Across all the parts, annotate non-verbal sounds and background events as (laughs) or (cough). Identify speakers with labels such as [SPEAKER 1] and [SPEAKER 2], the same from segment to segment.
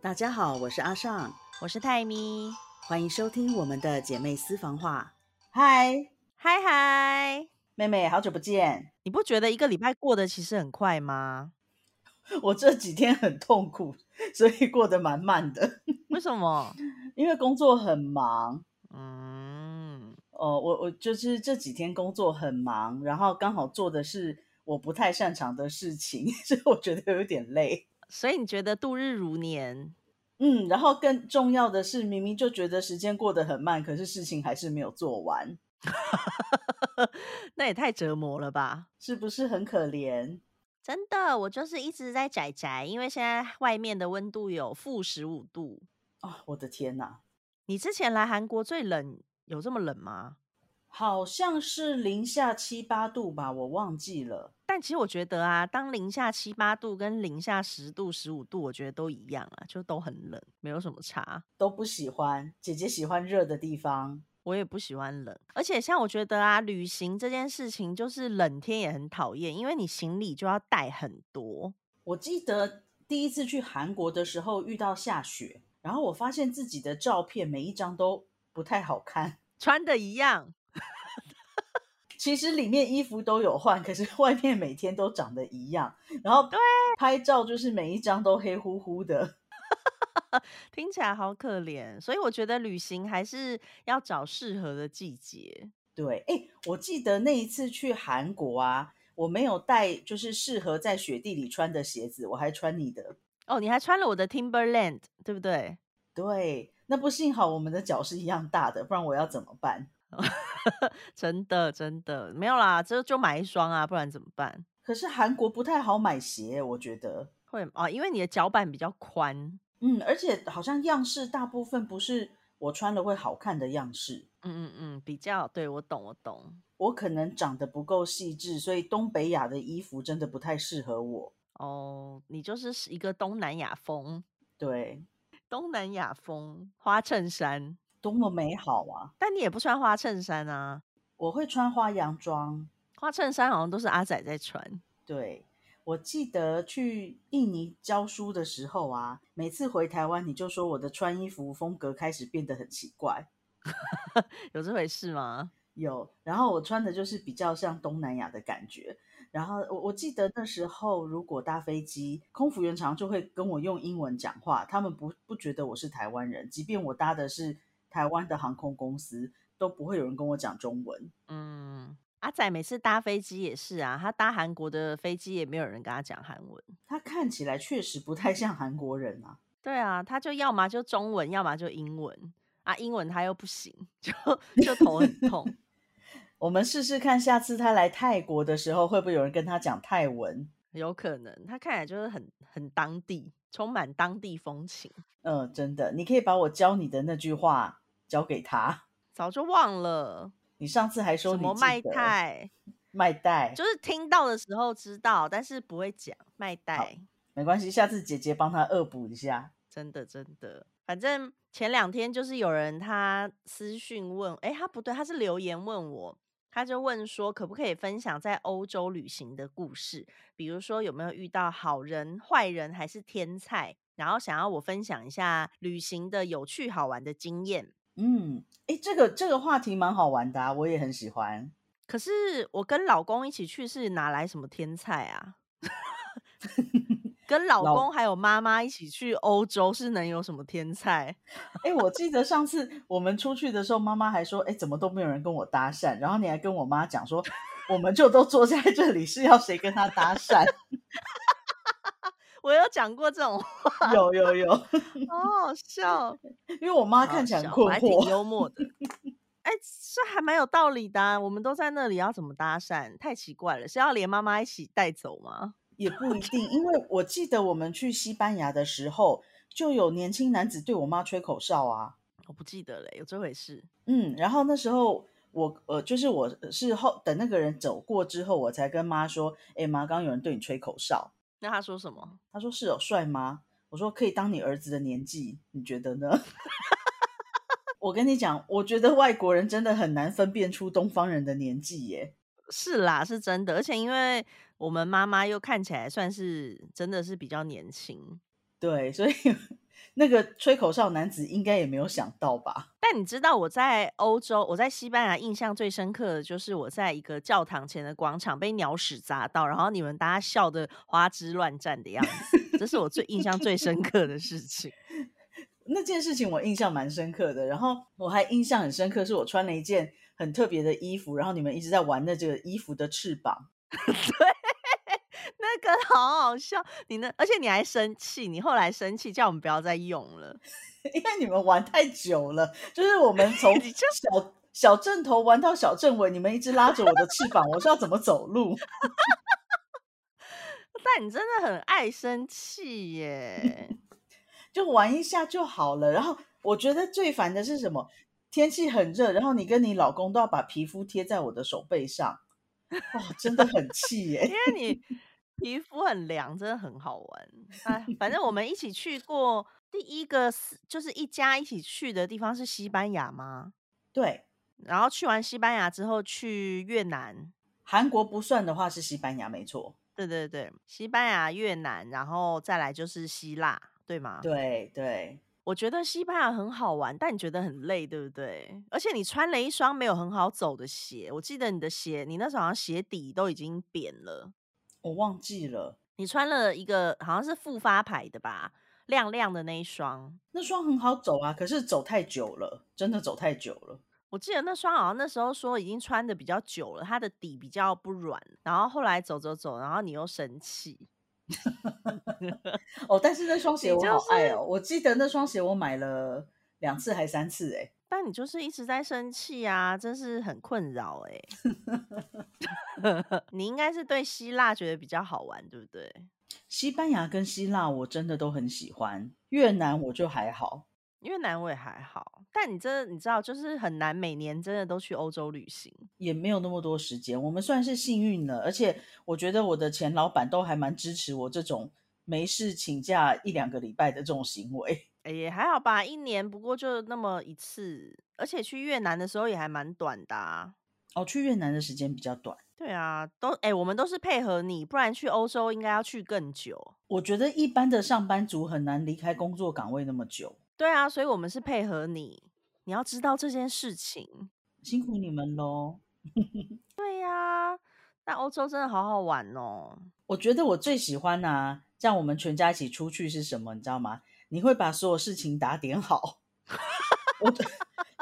[SPEAKER 1] 大家好，我是阿尚，
[SPEAKER 2] 我是泰咪，
[SPEAKER 1] 欢迎收听我们的姐妹私房话。嗨，
[SPEAKER 2] 嗨嗨！
[SPEAKER 1] 妹妹，好久不见！
[SPEAKER 2] 你不觉得一个礼拜过得其实很快吗？
[SPEAKER 1] 我这几天很痛苦，所以过得蛮慢的，
[SPEAKER 2] 为什 (laughs) 么？
[SPEAKER 1] 因为工作很忙。
[SPEAKER 2] 嗯，
[SPEAKER 1] 哦，我我就是这几天工作很忙，然后刚好做的是我不太擅长的事情， (laughs) 所以我觉得有点累。
[SPEAKER 2] 所以你觉得度日如年？ (laughs)
[SPEAKER 1] 嗯，然后更重要的是，明明就觉得时间过得很慢，可是事情还是没有做完，
[SPEAKER 2] 那也太折磨了吧！
[SPEAKER 1] 是不是很可怜？
[SPEAKER 2] 真的，我就是一直在宅宅，因为现在外面的温度有负十五度。
[SPEAKER 1] 啊、我的天哪，
[SPEAKER 2] 你之前来韩国最冷有这么冷吗？
[SPEAKER 1] 好像是零下七八度吧，我忘记了。
[SPEAKER 2] 但其实我觉得啊，当零下七八度跟零下十度、十五度，我觉得都一样啊，就都很冷，没有什么差。
[SPEAKER 1] 都不喜欢，姐姐喜欢热的地方。
[SPEAKER 2] 我也不喜欢冷，而且像我觉得啊，旅行这件事情就是冷天也很讨厌，因为你行李就要带很多。
[SPEAKER 1] 我记得第一次去韩国的时候遇到下雪，然后我发现自己的照片每一张都不太好看。
[SPEAKER 2] 穿的一样， (laughs)
[SPEAKER 1] 其实里面衣服都有换，可是外面每天都长得一样，然后
[SPEAKER 2] 对
[SPEAKER 1] 拍照就是每一张都黑乎乎的。
[SPEAKER 2] 听起来好可怜。所以我觉得旅行还是要找适合的季节。
[SPEAKER 1] 对，哎，我记得那一次去韩国啊，我没有带就是适合在雪地里穿的鞋子，我还穿你的。
[SPEAKER 2] 哦，你还穿了我的 Timberland，对不对？ (laughs)
[SPEAKER 1] 对，那不幸好我们的脚是一样大的，不然我要怎么办？
[SPEAKER 2] 真的真的没有啦，这就买一双啊，不然怎么办？
[SPEAKER 1] 可是韩国不太好买鞋，我觉得。
[SPEAKER 2] 会哦，因为你的脚板比较宽。
[SPEAKER 1] 嗯，而且好像样式大部分不是我穿了会好看的样式。
[SPEAKER 2] 嗯嗯嗯，比较对我懂我懂。
[SPEAKER 1] 我可能长得不够细致，所以东北亚的衣服真的不太适合我。
[SPEAKER 2] 哦，你就是一个东南亚风。
[SPEAKER 1] 对，
[SPEAKER 2] 东南亚风花衬衫，
[SPEAKER 1] 多么美好啊！
[SPEAKER 2] 但你也不穿花衬衫啊。
[SPEAKER 1] 我会穿花洋装。
[SPEAKER 2] 花衬衫好像都是阿仔在穿。
[SPEAKER 1] 对，我记得去印尼教书的时候啊，每次回台湾你就说我的穿衣服风格开始变得很奇怪。
[SPEAKER 2] 有这回事吗？
[SPEAKER 1] 有，然后我穿的就是比较像东南亚的感觉。然后我我记得那时候，如果搭飞机，空服员常就会跟我用英文讲话，他们不不觉得我是台湾人，即便我搭的是台湾的航空公司，都不会有人跟我讲中文。
[SPEAKER 2] 嗯，阿仔每次搭飞机也是啊，他搭韩国的飞机也没有人跟他讲韩文。
[SPEAKER 1] 他看起来确实不太像韩国人啊。
[SPEAKER 2] 对啊，他就要么就中文，要么就英文啊，英文他又不行， (laughs) 就就头很痛。
[SPEAKER 1] 我们试试看，下次他来泰国的时候，会不会有人跟他讲泰文？
[SPEAKER 2] 有可能他看起来就是很很当地，充满当地风情。
[SPEAKER 1] 嗯、真的，你可以把我教你的那句话教给他。
[SPEAKER 2] 早就忘了
[SPEAKER 1] 你上次还说
[SPEAKER 2] 什
[SPEAKER 1] 你
[SPEAKER 2] 么
[SPEAKER 1] 记
[SPEAKER 2] 卖
[SPEAKER 1] 得
[SPEAKER 2] 泰，
[SPEAKER 1] 麦袋，
[SPEAKER 2] 就是听到的时候知道，但是不会讲麦袋，
[SPEAKER 1] 没关系，下次姐姐帮他恶补一下。
[SPEAKER 2] 真的真的。反正前两天就是有人他私讯问，诶，他不对，他是留言问我，他就问说可不可以分享在欧洲旅行的故事，比如说有没有遇到好人、坏人还是天才，然后想要我分享一下旅行的有趣好玩的经验。
[SPEAKER 1] 嗯，诶，这个这个话题蛮好玩的、啊，我也很喜欢。
[SPEAKER 2] 可是我跟老公一起去是哪来什么天才 (laughs) 啊？跟老
[SPEAKER 1] 老
[SPEAKER 2] 公还有妈妈一起去欧洲是能有什么天才？
[SPEAKER 1] 诶，我记得上次我们出去的时候，妈妈还说，诶，怎么都没有人跟我搭讪，然后你还跟我妈讲说，我们就都坐在这里，是要谁跟他搭讪？
[SPEAKER 2] (laughs) 我有讲过这 (laughs) 种话，
[SPEAKER 1] 有有有，
[SPEAKER 2] 好好笑，
[SPEAKER 1] 因为我妈
[SPEAKER 2] 好
[SPEAKER 1] 看起来很
[SPEAKER 2] 笑
[SPEAKER 1] 困
[SPEAKER 2] 还挺
[SPEAKER 1] 惑。
[SPEAKER 2] 幽默 (laughs) 的。哎、这还蛮有道理的啊、我们都在那里，要怎么搭讪？太奇怪了，是要连妈妈一起带走吗？
[SPEAKER 1] 也不一定，因为我记得我们去西班牙的时候，就有年轻男子对我妈吹口哨啊。
[SPEAKER 2] 我不记得了，有这回事。
[SPEAKER 1] 嗯，然后那时候我呃，就是我呃是后等那个人走过之后，我才跟妈说：“哎、妈，刚刚有人对你吹口哨。
[SPEAKER 2] 那他说什么？”
[SPEAKER 1] 她说：“是有帅吗？”我说：“可以当你儿子的年纪，你觉得呢？” (laughs) 我跟你讲，我觉得外国人真的很难分辨出东方人的年纪耶。
[SPEAKER 2] 是啦，是真的，而且因为我们妈妈又看起来算是真的是比较年轻，
[SPEAKER 1] 对，所以那个吹口哨男子应该也没有想到吧？
[SPEAKER 2] 但你知道我在欧洲，我在西班牙印象最深刻的就是我在一个教堂前的广场被鸟屎砸到，然后你们大家笑得花枝乱颤的样子，这是我最印象最深刻的事情。 (laughs)
[SPEAKER 1] 那件事情我印象蛮深刻的，然后我还印象很深刻，是我穿了一件很特别的衣服，然后你们一直在玩那这个衣服的翅膀。
[SPEAKER 2] 那个好好笑，你呢？而且你还生气，你后来生气叫我们不要再用了。
[SPEAKER 1] 因为你们玩太久了，就是我们从
[SPEAKER 2] (laughs) 你就
[SPEAKER 1] 小小镇头玩到小镇尾，你们一直拉着我的翅膀，我是要怎么走路？
[SPEAKER 2] 但你真的很爱生气耶，
[SPEAKER 1] 就玩一下就好了。然后我觉得最烦的是什么？天气很热，然后你跟你老公都要把皮肤贴在我的手背上，哇，真的很气耶、
[SPEAKER 2] (laughs) 因为你皮肤很凉，真的很好玩。哎，反正我们一起去过第一个是就是一家一起去的地方是西班牙吗？
[SPEAKER 1] 对，
[SPEAKER 2] 然后去完西班牙之后去越南，
[SPEAKER 1] 韩国不算的话是西班牙，没错。
[SPEAKER 2] 对对对，西班牙、越南，然后再来就是希腊，对吗？
[SPEAKER 1] 对对，
[SPEAKER 2] 我觉得西班牙很好玩，但你觉得很累，对不对？而且你穿了一双没有很好走的鞋，我记得你的鞋，你那时候好像鞋底都已经扁了。
[SPEAKER 1] 我忘记了
[SPEAKER 2] 你穿了一个好像是复发牌的吧，亮亮的那一双。
[SPEAKER 1] 那双很好走啊，可是走太久了，真的走太久了。
[SPEAKER 2] 我记得那双好像那时候说已经穿的比较久了，它的底比较不软。然后后来走走走，然后你又生气，
[SPEAKER 1] 哦，但是那双鞋
[SPEAKER 2] 你
[SPEAKER 1] 我
[SPEAKER 2] 就
[SPEAKER 1] 好爱
[SPEAKER 2] 是
[SPEAKER 1] 哦，我记得那双鞋我买了两次还三次哎、
[SPEAKER 2] 但你就是一直在生气啊，真是很困扰哎、你应该是对希腊觉得比较好玩，对不对？
[SPEAKER 1] 西班牙跟希腊我真的都很喜欢，越南我就还好。
[SPEAKER 2] 越南我也还好，但你真的你知道，就是很难每年真的都去欧洲旅行。
[SPEAKER 1] 也没有那么多时间，我们算是幸运了，而且我觉得我的前老板都还蛮支持我这种没事请假一两个礼拜的这种行为。
[SPEAKER 2] 哎也还好吧，一年不过就那么一次，而且去越南的时候也还蛮短的、啊。
[SPEAKER 1] 哦，去越南的时间比较短，
[SPEAKER 2] 对啊，都哎、我们都是配合你，不然去欧洲应该要去更久。
[SPEAKER 1] 我觉得一般的上班族很难离开工作岗位那么久，
[SPEAKER 2] 对啊，所以我们是配合你，你要知道这件事情。
[SPEAKER 1] 辛苦你们喽。
[SPEAKER 2] 对呀、那欧洲真的好好玩哦。
[SPEAKER 1] 我觉得我最喜欢啊，像我们全家一起出去是什么，你知道吗？你会把所有事情打点好。我觉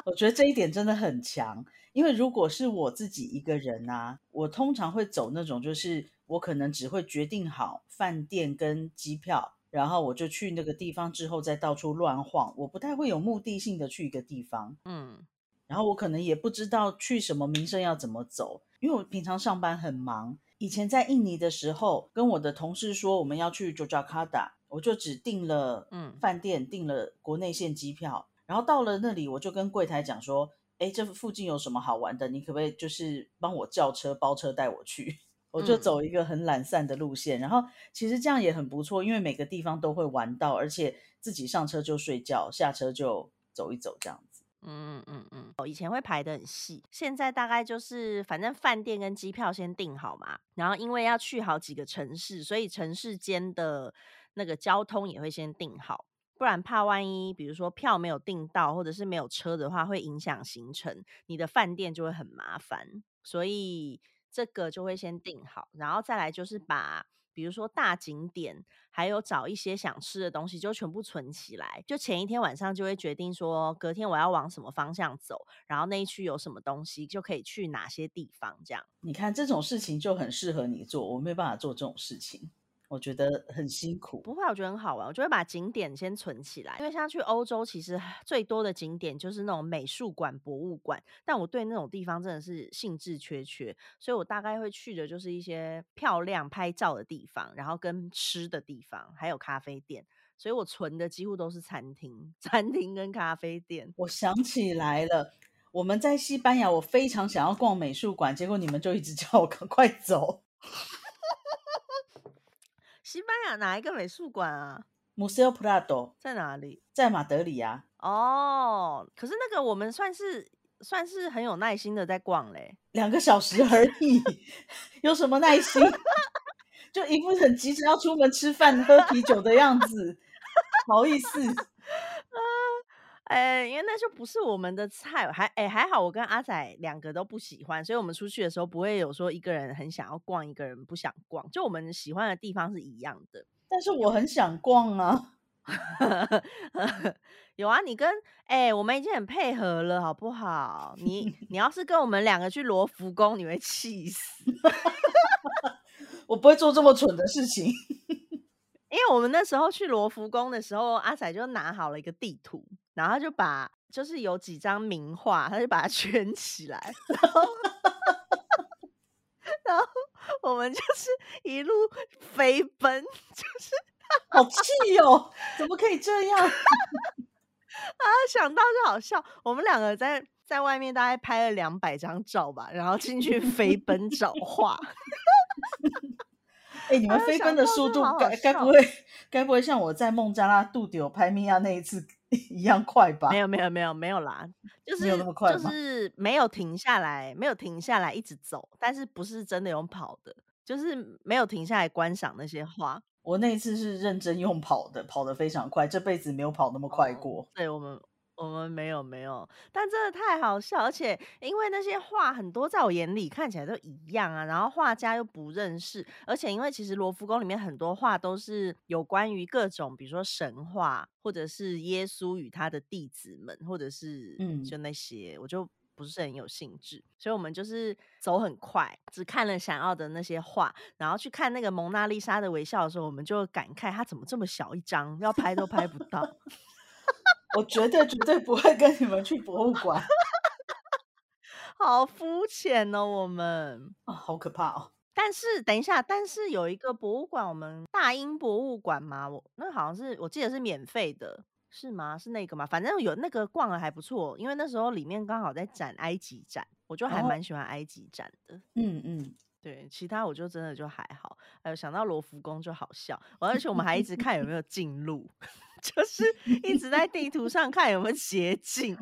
[SPEAKER 1] 我觉得这一点真的很强，因为如果是我自己一个人啊，我通常会走那种，就是我可能只会决定好饭店跟机票，然后我就去那个地方之后再到处乱晃，我不太会有目的性的去一个地方，
[SPEAKER 2] 嗯，
[SPEAKER 1] 然后我可能也不知道去什么名胜要怎么走，因为我平常上班很忙。以前在印尼的时候，跟我的同事说我们要去 Yogyakarta，我就只订了
[SPEAKER 2] 嗯
[SPEAKER 1] 饭店，订了国内线机票，然后到了那里我就跟柜台讲说，哎，这附近有什么好玩的？你可不可以就是帮我叫车包车带我去？我就
[SPEAKER 2] 嗯
[SPEAKER 1] 走一个很懒散的路线，然后其实这样也很不错，因为每个地方都会玩到，而且自己上车就睡觉，下车就走一走这样子。
[SPEAKER 2] 嗯嗯嗯，我以前会排的很细，现在大概就是反正饭店跟机票先订好嘛，然后因为要去好几个城市，所以城市间的那个交通也会先订好，不然怕万一比如说票没有订到，或者是没有车的话，会影响行程，你的饭店就会很麻烦，所以这个就会先订好，然后再来就是把。比如说大景点，还有找一些想吃的东西，就全部存起来。就前一天晚上就会决定说，隔天我要往什么方向走，然后那一区有什么东西，就可以去哪些地方。这样，
[SPEAKER 1] 你看这种事情就很适合你做，我没有办法做这种事情，我觉得很辛苦。
[SPEAKER 2] 不会，我觉得很好玩。我就会把景点先存起来，因为像去欧洲，其实最多的景点就是那种美术馆、博物馆，但我对那种地方真的是兴致缺缺，所以我大概会去的就是一些漂亮拍照的地方，然后跟吃的地方，还有咖啡店。所以我存的几乎都是餐厅、 (laughs) 餐厅跟咖啡店。
[SPEAKER 1] 我想起来了，我们在西班牙，我非常想要逛美术馆，结果你们就一直叫我赶快走。
[SPEAKER 2] 西班牙哪一个美术馆啊？
[SPEAKER 1] Museo Prado
[SPEAKER 2] 在哪里？
[SPEAKER 1] 在马德里啊，
[SPEAKER 2] 哦，可是那个我们算是算是很有耐心的在逛嘞。
[SPEAKER 1] 两个小时而已， (laughs) 有什么耐 (laughs) 心？就一副很急着要出门吃饭、喝啤酒的样子。好意思，
[SPEAKER 2] 呃，因为那就不是我们的菜，还哎、还好，我跟阿仔两个都不喜欢，所以我们出去的时候不会有说一个人很想要逛，一个人不想逛，就我们喜欢的地方是一样的。 (laughs)
[SPEAKER 1] 但是我很想逛啊。
[SPEAKER 2] 有啊，你跟哎、我们已经很配合了，好不好？你你要是跟我们两个去罗浮宫，你会气死，
[SPEAKER 1] 我不会做这么蠢的事情。
[SPEAKER 2] 因为我们那时候去罗浮宫的时候，阿仔就拿好了一个地图，然后他就把就是有几张名画，他就把它 (laughs) 圈起来，然后 (laughs) 然后我们就是一路飞奔，就是
[SPEAKER 1] 好气哦！怎么可以这样？
[SPEAKER 2] 啊，想到就好笑。我们两个在在外面大概拍了两百张照吧，然后进去飞奔找画。
[SPEAKER 1] 哎、你们
[SPEAKER 2] 哎
[SPEAKER 1] 飞
[SPEAKER 2] 想
[SPEAKER 1] 奔的
[SPEAKER 2] 到
[SPEAKER 1] 速
[SPEAKER 2] 就
[SPEAKER 1] 度
[SPEAKER 2] 好好
[SPEAKER 1] 该该不
[SPEAKER 2] 笑
[SPEAKER 1] 会该不会像我在孟加拉杜丢拍米亚那一次 (laughs) 一样快吧
[SPEAKER 2] 没？有没有没有没有啦，就是
[SPEAKER 1] 没有那么快
[SPEAKER 2] 就
[SPEAKER 1] 吗
[SPEAKER 2] 是没有停下来，没有停下来一直走，但是不是真的有跑的，就是没有停下来观赏那些画。
[SPEAKER 1] 我那一次是认真用跑的，跑得非常快，这辈子没有跑那么快
[SPEAKER 2] 哦
[SPEAKER 1] 过。
[SPEAKER 2] 对我们。我们没有没有，但真的太好笑，而且因为那些画很多在我眼里看起来都一样啊，然后画家又不认识，而且因为其实罗浮宫里面很多画都是有关于各种，比如说神话，或者是耶稣与他的弟子们，或者是
[SPEAKER 1] 嗯
[SPEAKER 2] 就那些，我就不是很有兴致，所以我们就是走很快，只看了想要的那些画，然后去看那个蒙娜丽莎的微笑的时候，我们就感慨它怎么这么小一张，要拍都拍不到。
[SPEAKER 1] 我绝对绝对不会跟你们去博物馆 (laughs)
[SPEAKER 2] 好肤浅哦，我们。
[SPEAKER 1] 啊，好可怕哦！
[SPEAKER 2] 但是等一下，但是有一个博物馆，我们大英博物馆嘛，我那好像是我记得是免费的，是吗？是那个吗？反正有那个逛了还不错，因为那时候里面刚好在展埃及展，我就还
[SPEAKER 1] 哦
[SPEAKER 2] 蛮喜欢埃及展的。
[SPEAKER 1] 嗯嗯，
[SPEAKER 2] 对，其他我就真的就还好。还有想到罗浮宫就好笑，而且我们还一直看有没有近路， (laughs) 就是一直在地图上看有没有捷径。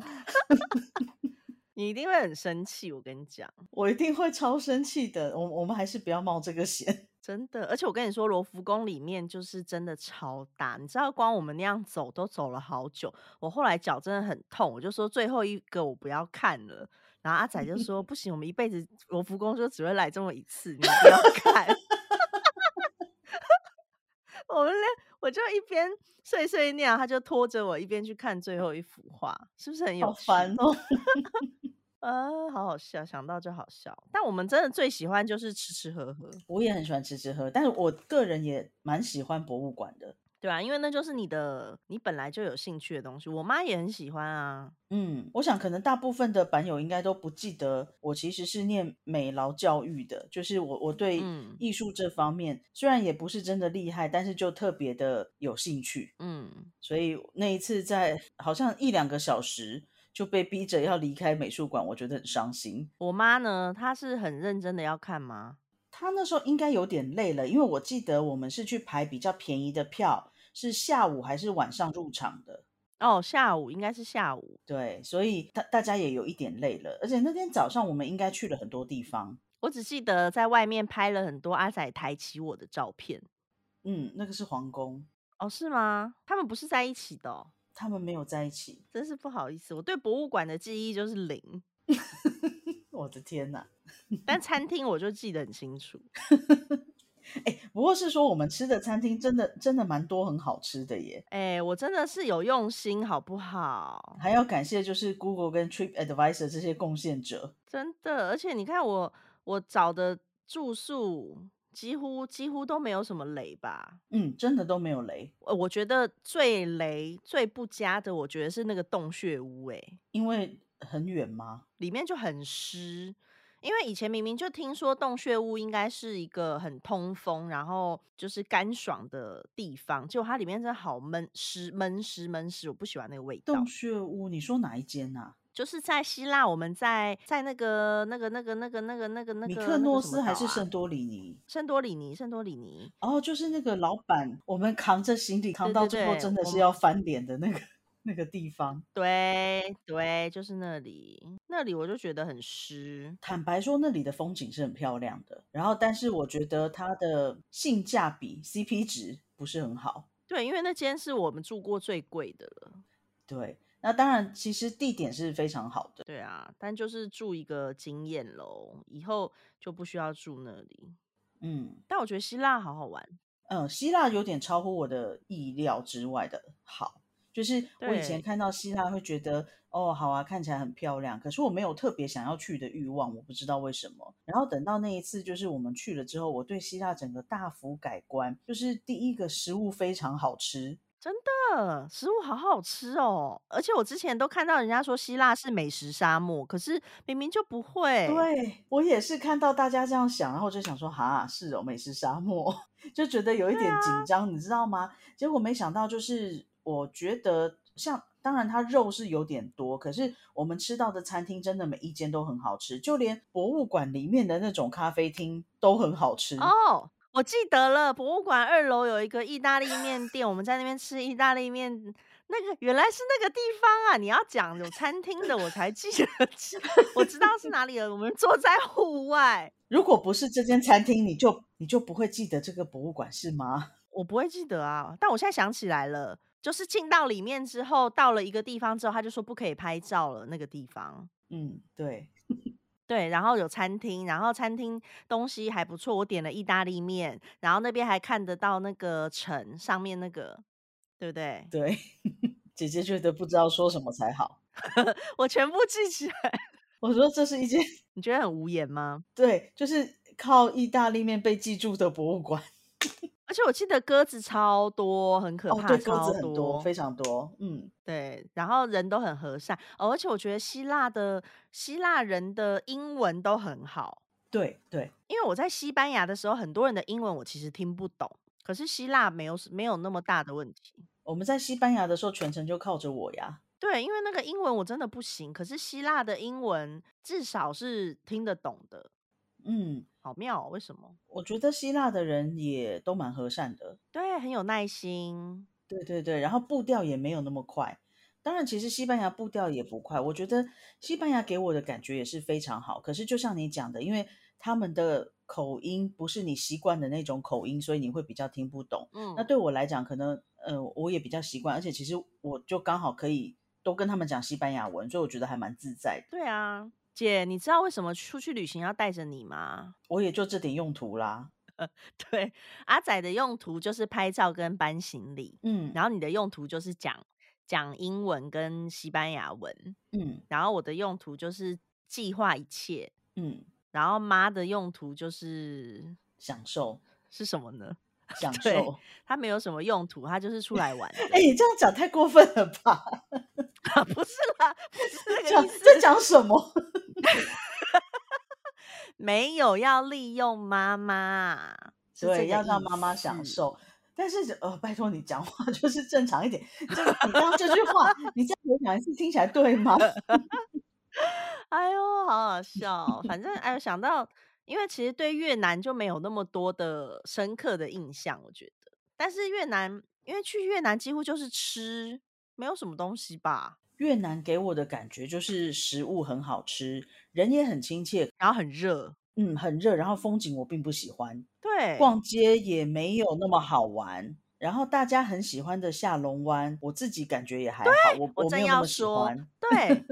[SPEAKER 2] (laughs) 你一定会很生气，我跟你讲。
[SPEAKER 1] 我一定会超生气的。我我们还是不要冒这个险。
[SPEAKER 2] 真的，而且我跟你说，罗浮宫里面就是真的超大，你知道，光我们那样走都走了好久。我后来脚真的很痛，我就说最后一个我不要看了。然后阿仔
[SPEAKER 1] (laughs)
[SPEAKER 2] 就说：“不行，我们一辈子罗浮宫就只会来这么一次，你不要看。” (laughs) 我们俩，我就一边碎碎念，他就拖着我一边去看最后一幅画，是不是很有
[SPEAKER 1] 好
[SPEAKER 2] 趣？
[SPEAKER 1] 烦哦！
[SPEAKER 2] 呃，好好笑，想到就好笑。但我们真的最喜欢就是吃吃喝喝。
[SPEAKER 1] 我也很喜欢吃吃喝，但是我个人也蛮喜欢博物馆的。
[SPEAKER 2] 对啊，因为那就是你的，你本来就有兴趣的东西。我妈也很喜欢啊，
[SPEAKER 1] 嗯，我想可能大部分的版友应该都不记得，我其实是念美劳教育的，就是我我对
[SPEAKER 2] 嗯
[SPEAKER 1] 艺术这方面、虽然也不是真的厉害，但是就特别的有兴趣，
[SPEAKER 2] 嗯，
[SPEAKER 1] 所以那一次在好像一两个小时就被逼着要离开美术馆，我觉得很伤心。
[SPEAKER 2] 我妈呢，她是很认真的要看吗？
[SPEAKER 1] 他那时候应该有点累了，因为我记得我们是去排比较便宜的票，是下午还是晚上入场的。
[SPEAKER 2] 哦，下午应该是下午，
[SPEAKER 1] 对，所以大大家也有一点累了，而且那天早上我们应该去了很多地方。
[SPEAKER 2] 我只记得在外面拍了很多阿仔抬起我的照片。
[SPEAKER 1] 嗯，那个是皇宫，
[SPEAKER 2] 哦，是吗？他们不是在一起的、哦，
[SPEAKER 1] 他们没有在一起。
[SPEAKER 2] 真是不好意思，我对博物馆的记忆就是零，
[SPEAKER 1] 我的天呐！
[SPEAKER 2] 但餐厅我就记得很清楚。
[SPEAKER 1] 哎，不过是说我们吃的餐厅真的真的蛮多很好吃的耶，
[SPEAKER 2] 哎、我真的是有用心，好不好？
[SPEAKER 1] 还要感谢就是 Google 跟 Trip Advisor 这些贡献者。
[SPEAKER 2] 真的，而且你看我我找的住宿几乎几乎都没有什么雷吧。
[SPEAKER 1] 嗯，真的都没有雷，
[SPEAKER 2] 呃，我觉得最雷最不佳的，我觉得是那个洞穴屋、欸，
[SPEAKER 1] 因为很远吗？
[SPEAKER 2] 里面就很湿。因为以前明明就听说洞穴屋应该是一个很通风，然后就是干爽的地方，结果它里面真的好闷湿闷湿闷湿，我不喜欢那个味道
[SPEAKER 1] 洞。穴屋，你说哪一间啊呐、
[SPEAKER 2] 就是在希腊，我们在在那个那个那个那个那个那个那个
[SPEAKER 1] 米
[SPEAKER 2] 那
[SPEAKER 1] 克
[SPEAKER 2] 个
[SPEAKER 1] 诺
[SPEAKER 2] 什
[SPEAKER 1] 斯
[SPEAKER 2] 么
[SPEAKER 1] 还
[SPEAKER 2] 岛
[SPEAKER 1] 是
[SPEAKER 2] 啊
[SPEAKER 1] 圣多里尼？
[SPEAKER 2] 圣多里尼，圣多里尼，
[SPEAKER 1] 哦，就是那个老板，我们扛着行李扛
[SPEAKER 2] 对
[SPEAKER 1] 到
[SPEAKER 2] 对
[SPEAKER 1] 最后
[SPEAKER 2] 对
[SPEAKER 1] 真的
[SPEAKER 2] 我
[SPEAKER 1] 是
[SPEAKER 2] 们
[SPEAKER 1] 要翻脸的那个 (laughs) 那个地方。
[SPEAKER 2] 对对，就是那里，那里我就觉得很湿。
[SPEAKER 1] 坦白说，那里的风景是很漂亮的，然后但是我觉得它的性价比 CP 值不是很好。
[SPEAKER 2] 对，因为那间是我们住过最贵的了。
[SPEAKER 1] 对，那当然，其实地点是非常好的。
[SPEAKER 2] 对啊，但就是住一个经验喽，以后就不需要住那里。
[SPEAKER 1] 嗯
[SPEAKER 2] 但我觉得希腊好好玩，
[SPEAKER 1] 嗯，希腊有点超乎我的意料之外的好，就是我以前
[SPEAKER 2] 对
[SPEAKER 1] 看到希腊会觉得哦，好啊，看起来很漂亮，可是我没有特别想要去的欲望，我不知道为什么。然后等到那一次，就是我们去了之后，我对希腊整个大幅改观，就是第一个食物非常好吃，
[SPEAKER 2] 真的嗯食物好好吃哦。而且我之前都看到人家说希腊是美食沙漠，可是明明就不会。
[SPEAKER 1] 对我也是看到大家这样想，然后我就想说，哈，是哦，美食沙漠， (laughs) 就觉得有一
[SPEAKER 2] 对
[SPEAKER 1] 点
[SPEAKER 2] 啊，
[SPEAKER 1] 紧张，你知道吗？结果没想到，就是我觉得像，当然它肉是有点多，可是我们吃到的餐厅真的每一间都很好吃，就连博物馆里面的那种咖啡厅都很好吃。
[SPEAKER 2] 哦，我记得了，博物馆二楼有一个意大利面店，我们在那边吃意大利面。那个原来是那个地方啊！你要讲有餐厅的，我才记得起，我知道是哪里了。我们坐在户外，
[SPEAKER 1] 如果不是这间餐厅，你就你就不会记得这个博物馆是吗？
[SPEAKER 2] 我不会记得啊，但我现在想起来了，就是进到里面之后，到了一个地方之后，他就说不可以拍照了，那个地方。
[SPEAKER 1] 嗯，对，
[SPEAKER 2] 对，然后有餐厅，然后餐厅东西还不错，我点了意大利面，然后那边还看得到那个城上面那个，对不对？
[SPEAKER 1] 对， (laughs) 姐姐觉得不知道说什么才好。
[SPEAKER 2] 我全部记起来， (laughs)
[SPEAKER 1] 我说这是一间
[SPEAKER 2] 你觉得很无言吗？
[SPEAKER 1] 对，就是靠意大利面被记住的博物馆。
[SPEAKER 2] 而且我记得鸽子超多，很可
[SPEAKER 1] 哦，
[SPEAKER 2] 怕，
[SPEAKER 1] 对，鸽子
[SPEAKER 2] 超
[SPEAKER 1] 很多，
[SPEAKER 2] 多。
[SPEAKER 1] 非常多。嗯，
[SPEAKER 2] 对，然后人都很和善，哦、而且我觉得希腊的希腊人的英文都很好。
[SPEAKER 1] 对对，
[SPEAKER 2] 因为我在西班牙的时候，很多人的英文我其实听不懂，可是希腊没有没有那么大的问题。
[SPEAKER 1] 我们在西班牙的时候，全程就靠着我呀。
[SPEAKER 2] 对，因为那个英文我真的不行，可是希腊的英文至少是听得懂的，
[SPEAKER 1] 嗯，
[SPEAKER 2] 好妙、哦，为什么？
[SPEAKER 1] 我觉得希腊的人也都蛮和善的。
[SPEAKER 2] 对，很有耐心。
[SPEAKER 1] 对对对，然后步调也没有那么快。当然，其实西班牙步调也不快，我觉得西班牙给我的感觉也是非常好。可是就像你讲的，因为他们的口音不是你习惯的那种口音，所以你会比较听不懂。那
[SPEAKER 2] 嗯，
[SPEAKER 1] 对我来讲，可能呃我也比较习惯，而且其实我就刚好可以都跟他们讲西班牙文，所以我觉得还蛮自在的。
[SPEAKER 2] 对啊，姐，你知道为什么出去旅行要带着你吗？ (laughs)
[SPEAKER 1] 我也就这点用途啦。
[SPEAKER 2] 对，阿仔的用途就是拍照跟搬行李，
[SPEAKER 1] 嗯
[SPEAKER 2] 然后你的用途就是讲讲英文跟西班牙文，
[SPEAKER 1] 嗯
[SPEAKER 2] 然后我的用途就是计划一切，
[SPEAKER 1] 嗯，
[SPEAKER 2] 然后妈的用途就是
[SPEAKER 1] 享
[SPEAKER 2] (laughs)
[SPEAKER 1] 受
[SPEAKER 2] 是什么呢？
[SPEAKER 1] 享
[SPEAKER 2] 对，
[SPEAKER 1] 受。
[SPEAKER 2] 它没有什么用途，它就是
[SPEAKER 1] (laughs)
[SPEAKER 2] 出来玩
[SPEAKER 1] 哎，
[SPEAKER 2] 的， (laughs)
[SPEAKER 1] 你这样讲太过分了吧？
[SPEAKER 2] 不是啦，不是那个
[SPEAKER 1] 讲
[SPEAKER 2] 意思，
[SPEAKER 1] 在讲什么？
[SPEAKER 2] 没有要利用妈妈，是这
[SPEAKER 1] 对，
[SPEAKER 2] 个
[SPEAKER 1] 要让
[SPEAKER 2] 意
[SPEAKER 1] 妈妈享
[SPEAKER 2] 思。嗯
[SPEAKER 1] 受。但是呃，拜托你讲话就是正常一点。这你刚刚这句话，你再回想一次，听起来对
[SPEAKER 2] (laughs)
[SPEAKER 1] 吗？
[SPEAKER 2] 呃哎呦，好
[SPEAKER 1] (laughs)
[SPEAKER 2] 好笑哦！反正哎呦，想到，因为其实对越南就没有那么多的深刻的印象，我觉得。但是越南，因为去越南几乎就是吃，没有什么东西吧，
[SPEAKER 1] 越南给我的感觉就是食物很好吃，人也很亲切，
[SPEAKER 2] 然后很热，
[SPEAKER 1] 嗯，很热，然后风景我并不喜欢，
[SPEAKER 2] 对，
[SPEAKER 1] 逛街也没有那么好玩。然后大家很喜欢的下龙湾，我自己感觉也还好，我
[SPEAKER 2] 我
[SPEAKER 1] 我没
[SPEAKER 2] 正
[SPEAKER 1] 有那
[SPEAKER 2] 要
[SPEAKER 1] 么喜
[SPEAKER 2] 说，
[SPEAKER 1] 欢。
[SPEAKER 2] 对，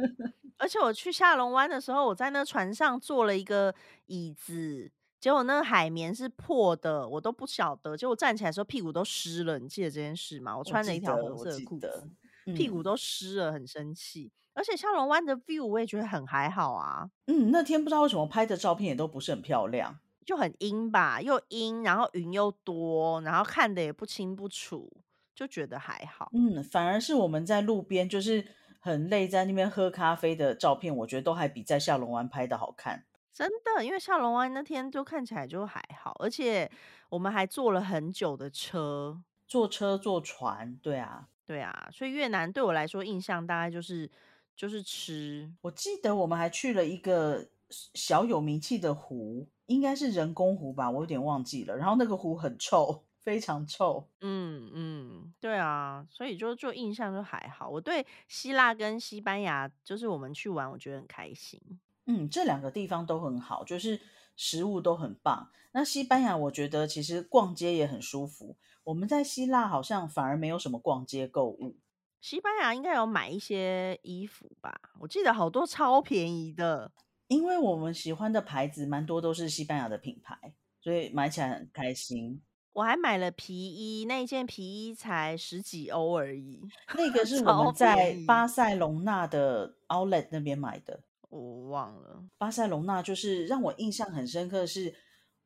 [SPEAKER 2] 而且我去下龙湾的时候，我在那船上坐了一个椅子，结果那个海绵是破的，我都不晓得。结果站起来的时候屁股都湿了，你记得这件事吗？我
[SPEAKER 1] 我
[SPEAKER 2] 穿了
[SPEAKER 1] 记
[SPEAKER 2] 一条
[SPEAKER 1] 得，
[SPEAKER 2] 红
[SPEAKER 1] 我
[SPEAKER 2] 色的
[SPEAKER 1] 记
[SPEAKER 2] 裤
[SPEAKER 1] 得，
[SPEAKER 2] 子，屁
[SPEAKER 1] 嗯
[SPEAKER 2] 股都湿了，很生气。而且下龙湾的 view 我也觉得很还好啊，
[SPEAKER 1] 嗯，那天不知道为什么拍的照片也都不是很漂亮。
[SPEAKER 2] 就很阴吧，又阴，然后云又多，然后看的也不清不楚，就觉得还好。
[SPEAKER 1] 嗯，反而是我们在路边就是很累，在那边喝咖啡的照片，我觉得都还比在下龙湾拍的好看。
[SPEAKER 2] 真的，因为下龙湾那天就看起来就还好，而且我们还坐了很久的车。
[SPEAKER 1] 坐车、坐船，对啊，
[SPEAKER 2] 对啊，所以越南对我来说印象大概就是就是吃，
[SPEAKER 1] 我记得我们还去了一个小有名气的湖，应该是人工湖吧，我有点忘记了。然后那个湖很臭，非常臭。
[SPEAKER 2] 嗯嗯，对啊，所以就就印象就还好。我对希腊跟西班牙，就是我们去玩，我觉得很开心。
[SPEAKER 1] 嗯，这两个地方都很好，就是食物都很棒。那西班牙，我觉得其实逛街也很舒服。我们在希腊好像反而没有什么逛街购物。
[SPEAKER 2] 西班牙应该有买一些衣服吧？我记得好多超便宜的。
[SPEAKER 1] 因为我们喜欢的牌子蛮多都是西班牙的品牌，所以买起来很开心。
[SPEAKER 2] 我还买了皮衣，那一件皮衣才十几欧而已，
[SPEAKER 1] 那个是我
[SPEAKER 2] (laughs) 超
[SPEAKER 1] 们
[SPEAKER 2] 便
[SPEAKER 1] 在
[SPEAKER 2] 宜。
[SPEAKER 1] 巴塞隆纳的 Outlet 那边买的。
[SPEAKER 2] 我忘了，
[SPEAKER 1] 巴塞隆纳就是让我印象很深刻的是，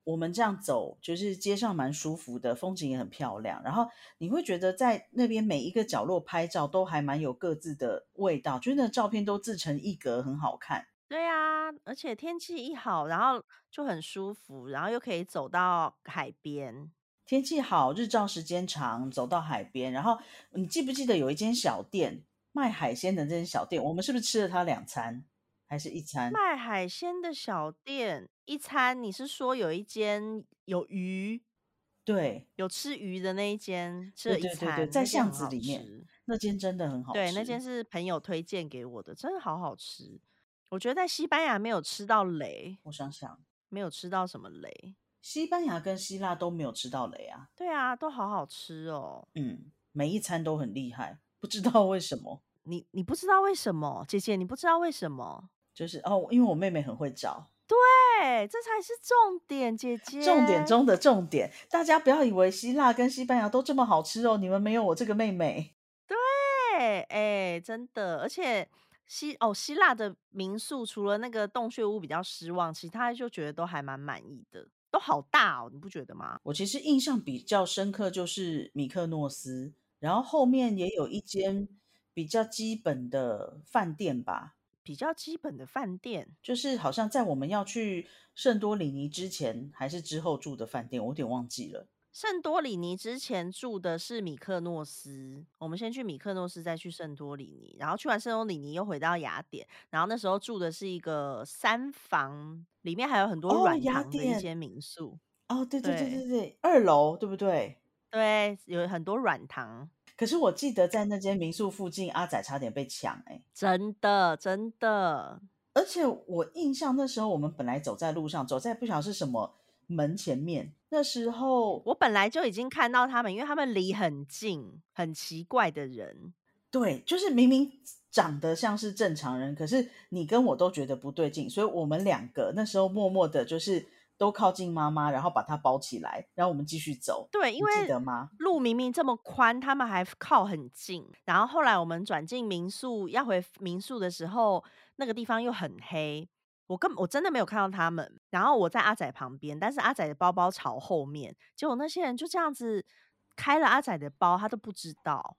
[SPEAKER 1] 我们这样走，就是街上蛮舒服的，风景也很漂亮。然后你会觉得在那边每一个角落拍照都还蛮有各自的味道，就是那照片都自成一格，很好看。
[SPEAKER 2] 对啊，而且天气一好，然后就很舒服，然后又可以走到海边。
[SPEAKER 1] 天气好，日照时间长，走到海边，然后嗯你记不记得有一间小店卖海鲜的这间小店？我们是不是吃了它两餐，还是一餐？
[SPEAKER 2] 卖海鲜的小店一餐，你是说有一间有鱼，
[SPEAKER 1] 对，
[SPEAKER 2] 有吃鱼的那一间，吃
[SPEAKER 1] 对
[SPEAKER 2] 了一
[SPEAKER 1] 对对对，
[SPEAKER 2] 餐，
[SPEAKER 1] 在
[SPEAKER 2] 那间
[SPEAKER 1] 巷
[SPEAKER 2] 很
[SPEAKER 1] 子
[SPEAKER 2] 好
[SPEAKER 1] 里面
[SPEAKER 2] 吃。
[SPEAKER 1] 那间真的很好
[SPEAKER 2] 对，那间
[SPEAKER 1] 吃。
[SPEAKER 2] 是朋友推荐给我的，真的好好吃。我觉得在西班牙没有吃到雷，
[SPEAKER 1] 我想想，
[SPEAKER 2] 没有吃到什么雷。
[SPEAKER 1] 西班牙跟希腊都没有吃到雷啊，
[SPEAKER 2] 对啊，都好好吃哦。
[SPEAKER 1] 嗯，每一餐都很厉害，不知道为什么，
[SPEAKER 2] 你你不知道为什么，姐姐你不知道为什么？
[SPEAKER 1] 就是哦，因为我妹妹很会找，
[SPEAKER 2] 对，这才是重点，姐
[SPEAKER 1] 重点
[SPEAKER 2] 姐。
[SPEAKER 1] 中的重点，大家不要以为希腊跟西班牙都这么好吃哦，你们没有我这个妹妹。
[SPEAKER 2] 对，哎，真的，而且希哦希腊的民宿除了那个洞穴屋比较失望，其他就觉得都还蛮满意的，都好大哦，你不觉得吗？
[SPEAKER 1] 我其实印象比较深刻就是米克诺斯，然后后面也有一间比较基本的饭店吧，
[SPEAKER 2] 比较基本的饭店，
[SPEAKER 1] 就是好像在我们要去圣多里尼之前还是之后住的饭店，我有点忘记了。
[SPEAKER 2] 圣多里尼之前住的是米克诺斯，我们先去米克诺斯，再去圣多里尼，然后去完圣多里尼又回到雅典，然后那时候住的是一个三房，里面还有很多
[SPEAKER 1] 哦，
[SPEAKER 2] 软
[SPEAKER 1] 雅
[SPEAKER 2] 糖的一
[SPEAKER 1] 典，
[SPEAKER 2] 间民宿，
[SPEAKER 1] 哦，对对对
[SPEAKER 2] 对
[SPEAKER 1] 对对，二楼对不对？
[SPEAKER 2] 对，有很多软糖，
[SPEAKER 1] 可是我记得在那间民宿附近，阿仔差点被抢哎、
[SPEAKER 2] 真的真的，
[SPEAKER 1] 而且我印象那时候我们本来走在路上，走在不晓得是什么门前面，那时候
[SPEAKER 2] 我本来就已经看到他们，因为他们离很近，很奇怪的人，
[SPEAKER 1] 对，就是明明长得像是正常人，可是你跟我都觉得不对劲，所以我们两个那时候默默的，就是都靠近妈妈，然后把她包起来，然后我们继续走，
[SPEAKER 2] 对，因
[SPEAKER 1] 你记
[SPEAKER 2] 为
[SPEAKER 1] 得吗？
[SPEAKER 2] 路明明这么宽，他们还靠很近。然后后来我们转进民宿，要回民宿的时候，那个地方又很黑，我根本我真的没有看到他们。然后我在阿仔旁边，但是阿仔的包包朝后面，结果那些人就这样子开了阿仔的包，他都不知道。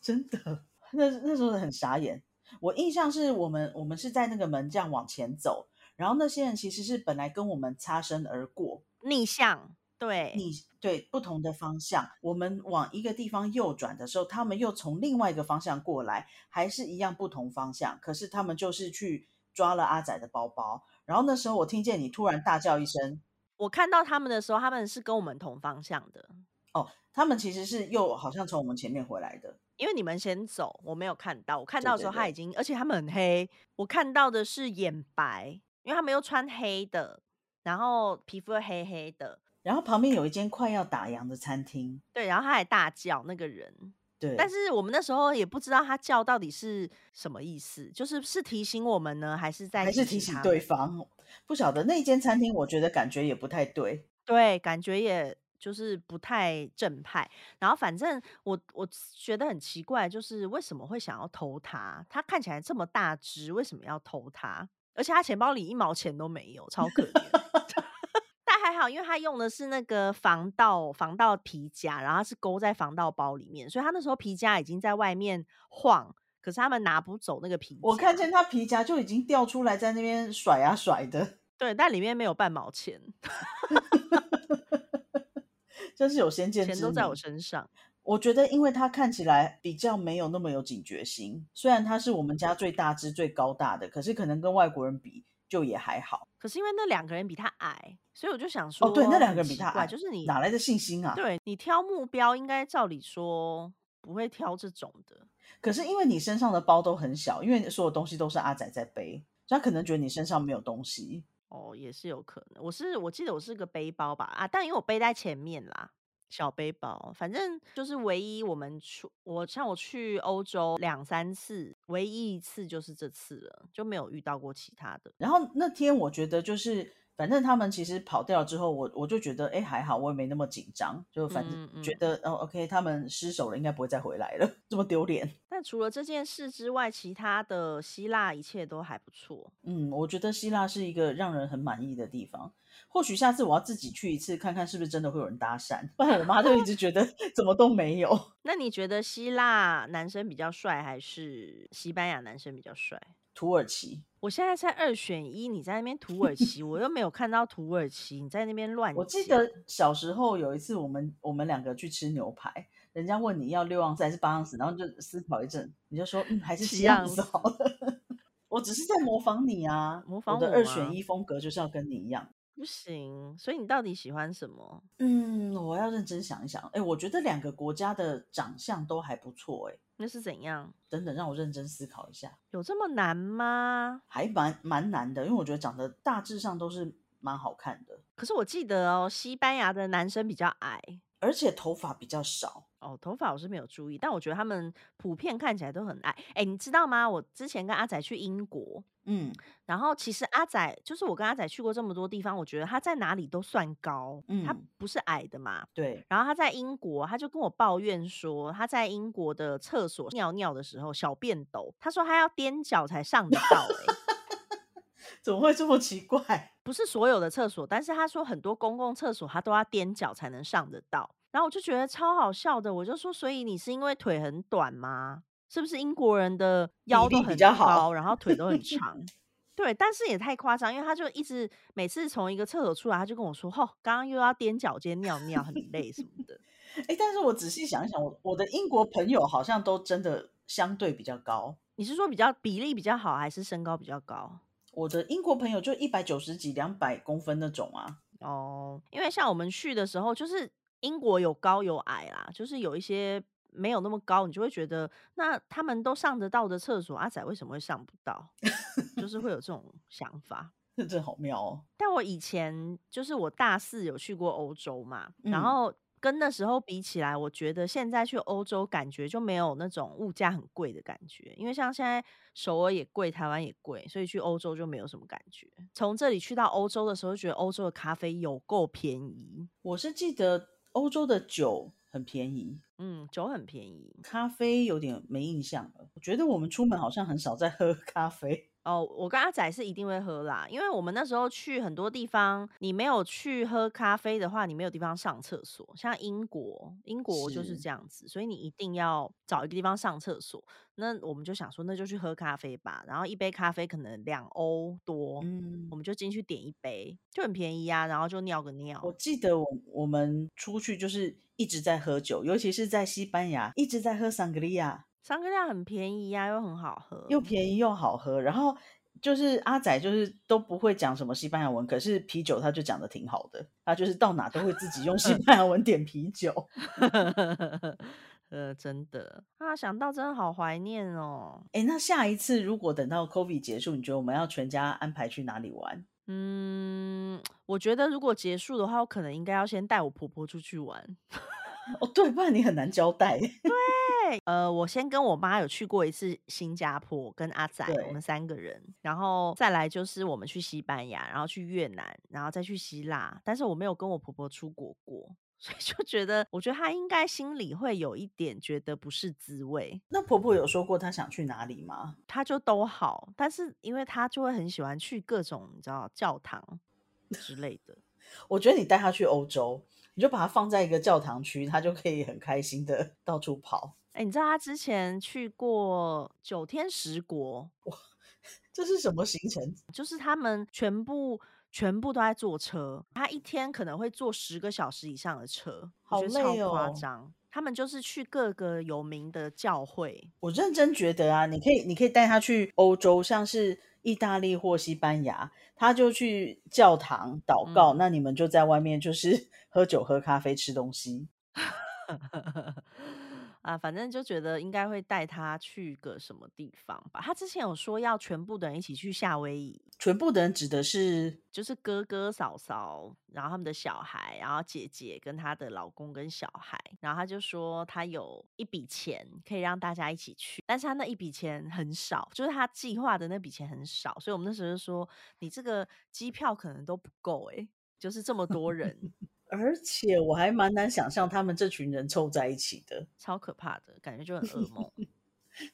[SPEAKER 1] 真的， (laughs) 那那时候很傻眼。我印象是我们我们是在那个门这样往前走，然后那些人其实是本来跟我们擦身而过，
[SPEAKER 2] 逆向，对，
[SPEAKER 1] 你对不同的方向，我们往一个地方右转的时候，他们又从另外一个方向过来，还是一样不同方向，可是他们就是去抓了阿仔的包包。然后那时候我听见你突然大叫一声，
[SPEAKER 2] 我看到他们的时候，他们是跟我们同方向的，
[SPEAKER 1] 哦，他们其实是又好像从我们前面回来的。
[SPEAKER 2] 因为你们先走，我没有看到。我看
[SPEAKER 1] 对
[SPEAKER 2] 到的时
[SPEAKER 1] 对
[SPEAKER 2] 候他已
[SPEAKER 1] 对，
[SPEAKER 2] 经，而且他们很黑，我看到的是眼白，因为他们又穿黑的，然后皮肤又黑黑的，
[SPEAKER 1] 然后旁边有一间快要打烊的餐厅，
[SPEAKER 2] 对，然后他还大叫那个人。但
[SPEAKER 1] 对，
[SPEAKER 2] 是我们那时候也不知道他叫到底是什么意思，就是是提醒我们呢，还是在
[SPEAKER 1] 还
[SPEAKER 2] 提
[SPEAKER 1] 是提
[SPEAKER 2] 醒
[SPEAKER 1] 醒
[SPEAKER 2] 他
[SPEAKER 1] 对
[SPEAKER 2] 们？
[SPEAKER 1] 方，不晓得那间餐厅，我觉得感觉也不太对。
[SPEAKER 2] 对，感觉也就是不太正派。然后反正我我觉得很奇怪，就是为什么会想要偷他？他看起来这么大只，为什么要偷他？而且他钱包里一毛钱都没有，超可怜。 (laughs) 但还好，因为他用的是那个防盗防盗皮夹，然后它是勾在防盗包里面，所以他那时候皮夹已经在外面晃，可是他们拿不走那个皮
[SPEAKER 1] 我看见
[SPEAKER 2] 夹，
[SPEAKER 1] 他皮夹就已经掉出来，在那边甩呀、甩的，
[SPEAKER 2] 对，但里面没有半毛钱，
[SPEAKER 1] 真是有先见
[SPEAKER 2] 钱
[SPEAKER 1] 之
[SPEAKER 2] 都在我
[SPEAKER 1] 明。
[SPEAKER 2] 身上。
[SPEAKER 1] 我觉得，因为他看起来比较没有那么有警觉心，虽然他是我们家最大只、最高大的，可是可能跟外国人比就也还好。
[SPEAKER 2] 可是因为那两个人比他矮，所以我就想
[SPEAKER 1] 哦，对，那
[SPEAKER 2] 说
[SPEAKER 1] 两
[SPEAKER 2] 很
[SPEAKER 1] 个人比
[SPEAKER 2] 奇
[SPEAKER 1] 他
[SPEAKER 2] 怪，
[SPEAKER 1] 矮，
[SPEAKER 2] 就是你
[SPEAKER 1] 哪来的信心啊？
[SPEAKER 2] 对你挑目标，应该照理说不会挑这种的。
[SPEAKER 1] 可是因为你身上的包都很小，因为所有东西都是阿仔在背，所以他可能觉得你身上没有东西。
[SPEAKER 2] 哦，也是有可能。我是我记得我是个背包吧啊，但因为我背在前面啦，小背包，反正就是唯一我们出我像我去欧洲两三次，唯一一次就是这次了，就没有遇到过其他的。
[SPEAKER 1] 然后那天我觉得就是，反正他们其实跑掉之后，我我就觉得，哎，还好，我也没那么紧张，就反正
[SPEAKER 2] 嗯嗯
[SPEAKER 1] 觉得，哦，OK，他们失手了，应该不会再回来了， (laughs) 这么丢脸。
[SPEAKER 2] 但除了这件事之外，其他的希腊一切都还不错。
[SPEAKER 1] 嗯，我觉得希腊是一个让人很满意的地方。或许下次我要自己去一次，看看是不是真的会有人搭讪。不然我妈就一直觉得 (laughs) 怎么都没有。
[SPEAKER 2] 那你觉得希腊男生比较帅，还是西班牙男生比较帅？
[SPEAKER 1] 土耳其，
[SPEAKER 2] 我现在在二选一，你在那边土耳其，我又没有看到土耳其，你在那边乱讲。
[SPEAKER 1] 我记得小时候有一次，我们我们两个去吃牛排，人家问你要六盎司还是八盎司，然后就思考一阵，你就说嗯，还是
[SPEAKER 2] 七
[SPEAKER 1] 七盎
[SPEAKER 2] 盎
[SPEAKER 1] 司好了。 (laughs) 我只是在模仿你啊，
[SPEAKER 2] 模仿
[SPEAKER 1] 我的
[SPEAKER 2] 我
[SPEAKER 1] 二
[SPEAKER 2] 吗
[SPEAKER 1] 选一风格就是要跟你一样。
[SPEAKER 2] 不行，所以你到底喜欢什么？
[SPEAKER 1] 嗯，我要认真想一想。哎，我觉得两个国家的长相都还不错。哎，
[SPEAKER 2] 那是怎样？
[SPEAKER 1] 等等，让我认真思考一下。
[SPEAKER 2] 有这么难吗？
[SPEAKER 1] 还蛮蛮难的，因为我觉得长得大致上都是蛮好看的，
[SPEAKER 2] 可是我记得哦，西班牙的男生比较矮
[SPEAKER 1] 而且头发比较少。
[SPEAKER 2] 哦，头发我是没有注意，但我觉得他们普遍看起来都很矮。哎，你知道吗？我之前跟阿仔去英国，
[SPEAKER 1] 嗯
[SPEAKER 2] 然后其实阿仔就是我跟阿仔去过这么多地方，我觉得他在哪里都算高，他
[SPEAKER 1] 嗯
[SPEAKER 2] 不是矮的嘛。
[SPEAKER 1] 对，
[SPEAKER 2] 然后他在英国，他就跟我抱怨说，他在英国的厕所尿尿的时候，小便斗，他说他要踮脚才上得到、欸，
[SPEAKER 1] (laughs) 怎么会这么奇怪？
[SPEAKER 2] 不是所有的厕所，但是他说很多公共厕所他都要踮脚才能上得到。然后我就觉得超好笑的，我就说，所以你是因为腿很短吗？是不是英国人的腰
[SPEAKER 1] 力
[SPEAKER 2] 都
[SPEAKER 1] 比
[SPEAKER 2] 很
[SPEAKER 1] 较好
[SPEAKER 2] 高，然后腿都
[SPEAKER 1] (laughs)
[SPEAKER 2] 很长？对，但是也太夸张，因为他就一直每次从一个厕所出来，他就跟我说：“哦，刚刚又要踮脚尖尿尿，很累什么的。”
[SPEAKER 1] 哎，但是我仔细想一想，我我的英国朋友好像都真的相对比较高。
[SPEAKER 2] 你是说比较比例比较好，还是身高比较高？
[SPEAKER 1] 我的英国朋友就一百九十几、两百公分那种啊， (laughs)
[SPEAKER 2] 哦，因为像我们去的时候，就是英国有高有矮啦，就是有一些没有那么高，你就会觉得那他们都上得到的厕所，阿仔为什么会上不到？就是会有这种想法。
[SPEAKER 1] 这真好妙哦。
[SPEAKER 2] 但我以前就是我大四有去过欧洲嘛，
[SPEAKER 1] 嗯
[SPEAKER 2] 然后跟那时候比起来，我觉得现在去欧洲感觉就没有那种物价很贵的感觉，因为像现在首尔也贵，台湾也贵，所以去欧洲就没有什么感觉。从这里去到欧洲的时候，就觉得欧洲的咖啡有够便宜，
[SPEAKER 1] 我是记得欧洲的酒很便宜，
[SPEAKER 2] 嗯，酒很便宜。
[SPEAKER 1] 咖啡有点没印象了。我觉得我们出门好像很少在喝咖啡。
[SPEAKER 2] 哦，我跟阿仔是一定会喝啦，因为我们那时候去很多地方，你没有去喝咖啡的话，你没有地方上厕所。像英国，英国就是
[SPEAKER 1] 是
[SPEAKER 2] 这样子，所以你一定要找一个地方上厕所。那我们就想说，那就去喝咖啡吧，然后一杯咖啡可能两欧多，
[SPEAKER 1] 嗯，
[SPEAKER 2] 我们就进去点一杯，就很便宜啊，然后就尿个
[SPEAKER 1] 我
[SPEAKER 2] 尿。
[SPEAKER 1] 记得我我们出去就是一直在喝酒，尤其是在西班牙，一直在喝桑格利亚，
[SPEAKER 2] 三个量很便宜啊呀、又很好喝，
[SPEAKER 1] 又便宜又好喝。然后就是阿仔就是都不会讲什么西班牙文，可是啤酒他就讲的挺好的，他就是到哪都会自己用西班牙文点啤酒。
[SPEAKER 2] (laughs) 呃，真的啊，想到真的好怀念哦。
[SPEAKER 1] 哎，那下一次如果等到 COVID 结束，你觉得我们要全家安排去哪里玩？
[SPEAKER 2] 嗯，我觉得如果结束的话，我可能应该要先带我婆婆出去玩。
[SPEAKER 1] 哦，对，不然你很难交代。 (laughs)
[SPEAKER 2] 对，呃，我先跟我妈有去过一次新加坡，跟阿仔我们
[SPEAKER 1] 对，
[SPEAKER 2] 三个人，然后再来就是我们去西班牙，然后去越南，然后再去希腊。但是我没有跟我婆婆出国过， (laughs) 所以就觉得，我觉得她应该心里会有一点觉得不是滋味。
[SPEAKER 1] 那婆婆有说过她想去哪里吗？
[SPEAKER 2] 她就都好，但是因为她就会很喜欢去各种你知道教堂之类的。
[SPEAKER 1] 我觉得你带她去欧洲，你就把她放在一个教堂区，她就可以很开心的到处跑。
[SPEAKER 2] 哎、你知道他之前去过九天十国，
[SPEAKER 1] 这是什么行程？
[SPEAKER 2] 就是他们全部全部都在坐车，他一天可能会坐十个小时以上的车，我
[SPEAKER 1] 好
[SPEAKER 2] 觉得超
[SPEAKER 1] 累
[SPEAKER 2] 夸
[SPEAKER 1] 哦！
[SPEAKER 2] 张。他们就是去各个有名的教会， (laughs)
[SPEAKER 1] 我认真觉得啊，你可以，你可以带他去欧洲，像是意大利或西班牙，他就去教堂祷告，
[SPEAKER 2] 嗯，
[SPEAKER 1] 那你们 (laughs) 就在外面就是喝酒、喝咖啡、吃东西。
[SPEAKER 2] 啊，反正就觉得应该会带他去个什么地方吧。他之前有说要全部的人一起去夏威夷，
[SPEAKER 1] 全部的人指的是
[SPEAKER 2] 就是哥哥、嫂嫂，然后他们的小孩，然后姐姐跟她的老公跟小孩，然后他就说他有一笔钱可以让大家一起去，但是他那一笔钱很少，就是他计划的那笔钱很少，所以我们那时候就说你这个机票可能都不够诶、就是这么多人，
[SPEAKER 1] 而且我还蛮难想象他们这群人凑在一起的，
[SPEAKER 2] 超可怕的感觉就很噩梦。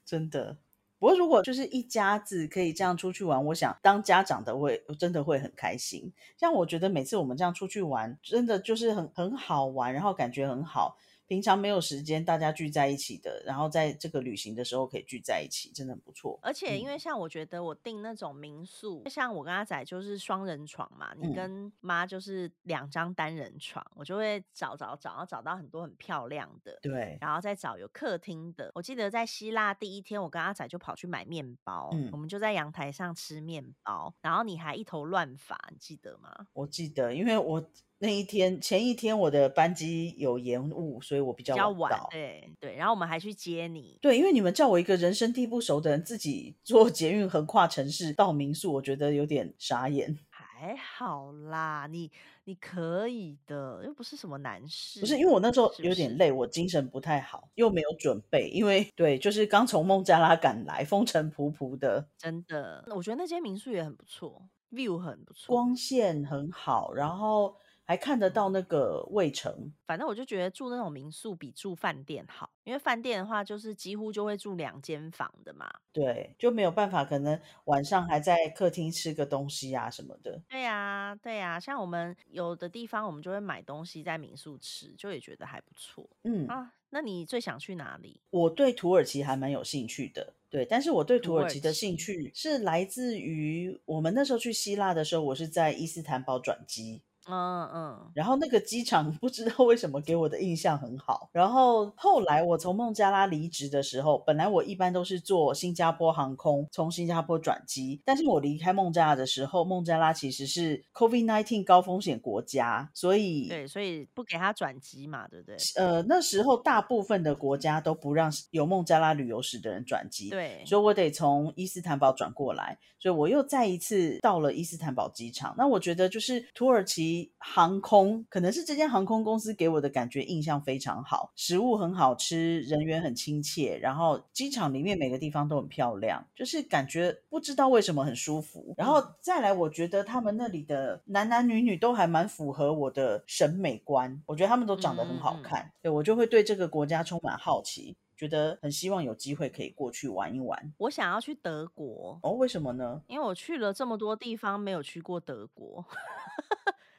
[SPEAKER 1] 真的。不过如果就是一家子可以这样出去玩，我想当家长的会真的会很开心。像我觉得每次我们这样出去玩，真的就是很很好玩，然后感觉很好。平常没有时间大家聚在一起的，然后在这个旅行的时候可以聚在一起，真的很不错。
[SPEAKER 2] 而且
[SPEAKER 1] 嗯
[SPEAKER 2] 因为像我觉得我订那种民宿，像我跟阿仔就是双人床嘛，你
[SPEAKER 1] 嗯
[SPEAKER 2] 跟妈就是两张单人床，我就会找找找，然后找到很多很漂亮的，
[SPEAKER 1] 对，
[SPEAKER 2] 然后再找有客厅的。我记得在希腊第一天，我跟阿仔就跑去买面包，
[SPEAKER 1] 嗯
[SPEAKER 2] 我们就在阳台上吃面包，然后你还一头乱发，你记得吗？
[SPEAKER 1] 我记得，因为我那一天前一天我的班机有延误，所以我比
[SPEAKER 2] 比
[SPEAKER 1] 较
[SPEAKER 2] 较
[SPEAKER 1] 晚
[SPEAKER 2] 晚，
[SPEAKER 1] 到。
[SPEAKER 2] 对对，然后我们还去接你，
[SPEAKER 1] 对，因为你们叫我一个人生地不熟的人自己坐捷运横跨城市到民宿，我觉得有点傻眼。
[SPEAKER 2] 还好啦，你你可以的，又不是什么难事，
[SPEAKER 1] 不是因为我那时候
[SPEAKER 2] 是不
[SPEAKER 1] 有点
[SPEAKER 2] 是？
[SPEAKER 1] 累，我精神不太好，又没有准备，因为对，就是刚从孟加拉赶来，风尘仆仆的，
[SPEAKER 2] 真的，我觉得那间民宿也很不错，view 很不错。
[SPEAKER 1] 光线很好，然后还看得到那个卫城。
[SPEAKER 2] 反正我就觉得住那种民宿比住饭店好，因为饭店的话就是几乎就会住两间房的嘛。
[SPEAKER 1] 对，就没有办法，可能晚上还在客厅吃个东西啊什么的。
[SPEAKER 2] 对呀、对呀、像我们有的地方我们就会买东西在民宿吃，就也觉得还不错
[SPEAKER 1] 嗯，
[SPEAKER 2] 啊。那你最想去哪里？
[SPEAKER 1] 我对土耳其还蛮有兴趣的，对，但是我对土
[SPEAKER 2] 土
[SPEAKER 1] 耳
[SPEAKER 2] 耳
[SPEAKER 1] 其的兴
[SPEAKER 2] 其
[SPEAKER 1] 趣是来自于我们那时候去希腊的时候，我是在伊斯坦堡转机，
[SPEAKER 2] 嗯嗯，
[SPEAKER 1] 然后那个机场 (laughs) 不知道为什么给我的印象很好。然后后来我从孟加拉离职的时候，本来我一般都是坐新加坡航空从新加坡转机，但是我离开孟加拉的时候，孟加拉其实是 COVID-19 高风险国家，所以
[SPEAKER 2] 对，所以不给他转机嘛，对不对？
[SPEAKER 1] 呃那时候大部分的国家都不让有孟加拉旅游史的人转机。
[SPEAKER 2] 对，
[SPEAKER 1] 所以我得从伊斯坦堡转过来，所以我又再一次到了伊斯坦堡机场。那我觉得就是土耳其航空，可能是这间航空公司给我的感觉印象非常好，食物很好吃，人员很亲切，然后机场里面每个地方都很漂亮，就是感觉不知道为什么很舒服。然后
[SPEAKER 2] 嗯，
[SPEAKER 1] 再来，我觉得他们那里的男男女女都还蛮符合我的审美观，我觉得他们都长得很
[SPEAKER 2] 嗯嗯
[SPEAKER 1] 好
[SPEAKER 2] 嗯，
[SPEAKER 1] 看，对我就会对这个国家充满好奇。觉得很希望有机会可以过去玩一玩，
[SPEAKER 2] 我想要去德国，
[SPEAKER 1] 哦，为什么呢？
[SPEAKER 2] 因为我去了这么多地方，没有去过德国， (laughs)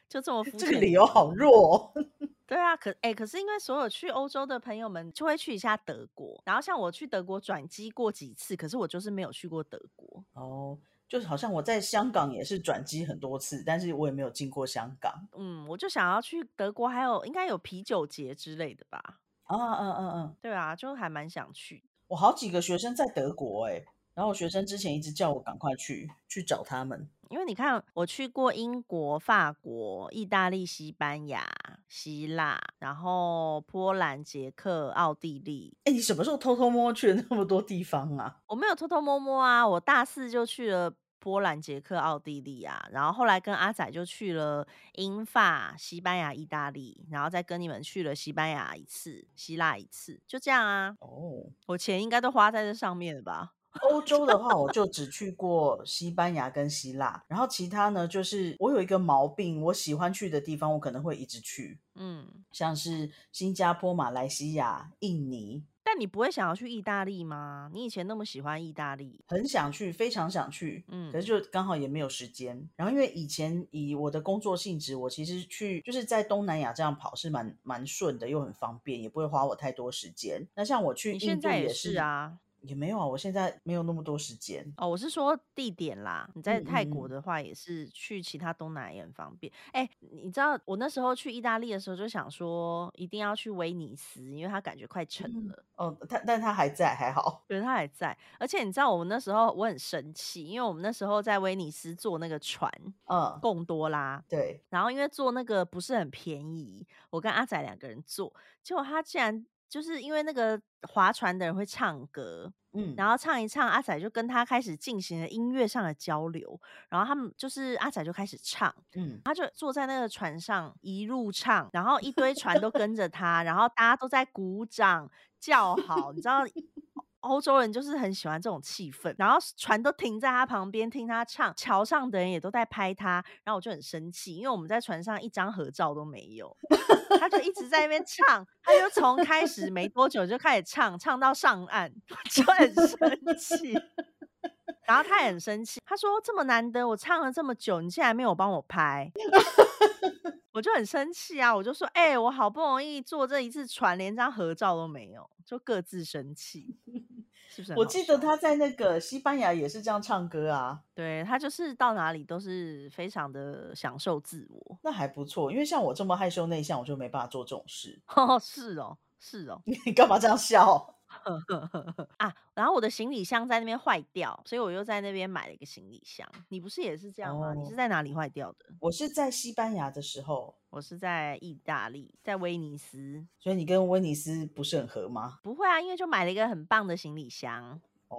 [SPEAKER 2] 就这么肤
[SPEAKER 1] 这个
[SPEAKER 2] 浅
[SPEAKER 1] 理
[SPEAKER 2] 的
[SPEAKER 1] 由
[SPEAKER 2] 理
[SPEAKER 1] 好
[SPEAKER 2] 由。
[SPEAKER 1] 弱哦。 (laughs)
[SPEAKER 2] 对啊，可哎、可是因为所有去欧洲的朋友们就会去一下德国，然后像我去德国转机过几次，可是我就是没有去过德国。
[SPEAKER 1] 哦，就是好像我在香港也是转机很多次，但是我也没有进过香港。
[SPEAKER 2] 嗯，我就想要去德国，还有应该有啤酒节之类的吧？
[SPEAKER 1] 啊嗯嗯嗯，
[SPEAKER 2] 对啊，就还蛮想去。
[SPEAKER 1] 我好几个学生在德国哎、然后我学生之前一直叫我赶快去去找他们。
[SPEAKER 2] 因为你看，我去过英国、法国、意大利、西班牙、希腊，然后波兰、捷克、奥地利，
[SPEAKER 1] 哎，你什么时候偷偷摸摸去了那么多地方啊？
[SPEAKER 2] 我没有偷偷摸摸啊，我大四就去了波兰、捷克、奥地利啊，然后后来跟阿仔就去了英法、西班牙、意大利，然后再跟你们去了西班牙一次、希腊一次，就这样啊。
[SPEAKER 1] 哦，
[SPEAKER 2] 我钱应该都花在这上面了吧？
[SPEAKER 1] 欧洲的话，我就只去过西班牙跟希腊，然后其他呢，就是我有一个毛病，我喜欢去的地方，我可能会一直去，
[SPEAKER 2] 嗯，
[SPEAKER 1] 像是新加坡、马来西亚、印尼，
[SPEAKER 2] 但你不会想要去意大利吗？你以前那么喜欢意大利，
[SPEAKER 1] 很想去，非常想去，可是
[SPEAKER 2] 嗯
[SPEAKER 1] 就刚好也没有时间。然后因为以前以我的工作性质，我其实去就是在东南亚这样跑是蛮蛮顺的，又很方便，也不会花我太多时间。那像我去印
[SPEAKER 2] 你现
[SPEAKER 1] 度
[SPEAKER 2] 在也
[SPEAKER 1] 也
[SPEAKER 2] 是
[SPEAKER 1] 是，
[SPEAKER 2] 啊。
[SPEAKER 1] 也没有啊，我现在没有那么多时间。
[SPEAKER 2] 哦，我是说地点啦。你在
[SPEAKER 1] 嗯
[SPEAKER 2] 泰
[SPEAKER 1] 嗯
[SPEAKER 2] 国
[SPEAKER 1] 嗯，
[SPEAKER 2] 的话，也是去其他东南亚也很方便。哎、你知道我那时候去意大利的时候，就想说一定要去威尼斯，因为它感觉快沉
[SPEAKER 1] 嗯
[SPEAKER 2] 了。
[SPEAKER 1] 哦，他但他还在，还好。
[SPEAKER 2] 对，它还在。而且你知道，我那时候我很生气，因为我们那时候在威尼斯坐那个船
[SPEAKER 1] 嗯，
[SPEAKER 2] 贡多拉，
[SPEAKER 1] 对，
[SPEAKER 2] 然后因为坐那个不是很便宜，我跟阿仔两个人坐，结果他竟然就是因为那个划船的人会唱歌，
[SPEAKER 1] 嗯，
[SPEAKER 2] 然后唱一唱，阿仔就跟他开始进行了音乐上的交流，然后他们就是阿仔就开始唱，
[SPEAKER 1] 嗯，
[SPEAKER 2] 他就坐在那个船上一路唱，然后一堆船都跟着他，然后大家都在鼓掌叫好，你知道。欧洲人就是很喜欢这种气氛，然后船都停在他旁边听他唱，桥上的人也都在拍他，然后我就很生气，因为我们在船上一张合照都没有，他就一直在那边唱，他就从开始没多久就开始唱，唱到上岸， (laughs) 我就很生气。然后他也很生气，他说：“这么难得，我唱了这么久，你竟然没有帮我拍。” (laughs) 我就很生气啊！我就说：“哎、我好不容易坐这一次船，连张合照都没有，就各自生气，
[SPEAKER 1] (laughs)
[SPEAKER 2] 是不是很好笑？”啊
[SPEAKER 1] 我记得他在那个西班牙也是这样唱歌啊，
[SPEAKER 2] 对他就是到哪里都是非常的享受自我。 (laughs)
[SPEAKER 1] 那还不错。因为像我这么害羞内向，我就没办法做这种事。 (laughs)
[SPEAKER 2] 哦，是哦，是哦，
[SPEAKER 1] 你干嘛这样笑？ (laughs)
[SPEAKER 2] 啊！然后我的行李箱在那边坏掉，所以我又在那边买了一个行李箱。你不是也是这样吗？你
[SPEAKER 1] 哦
[SPEAKER 2] 是在哪里坏掉的？
[SPEAKER 1] 我是在西班牙的时候，
[SPEAKER 2] 我是在意大利，在威尼斯。
[SPEAKER 1] 所以你跟威尼斯不是很合吗？
[SPEAKER 2] 不会啊，因为就买了一个很棒的行李箱。 (laughs)
[SPEAKER 1] 哦，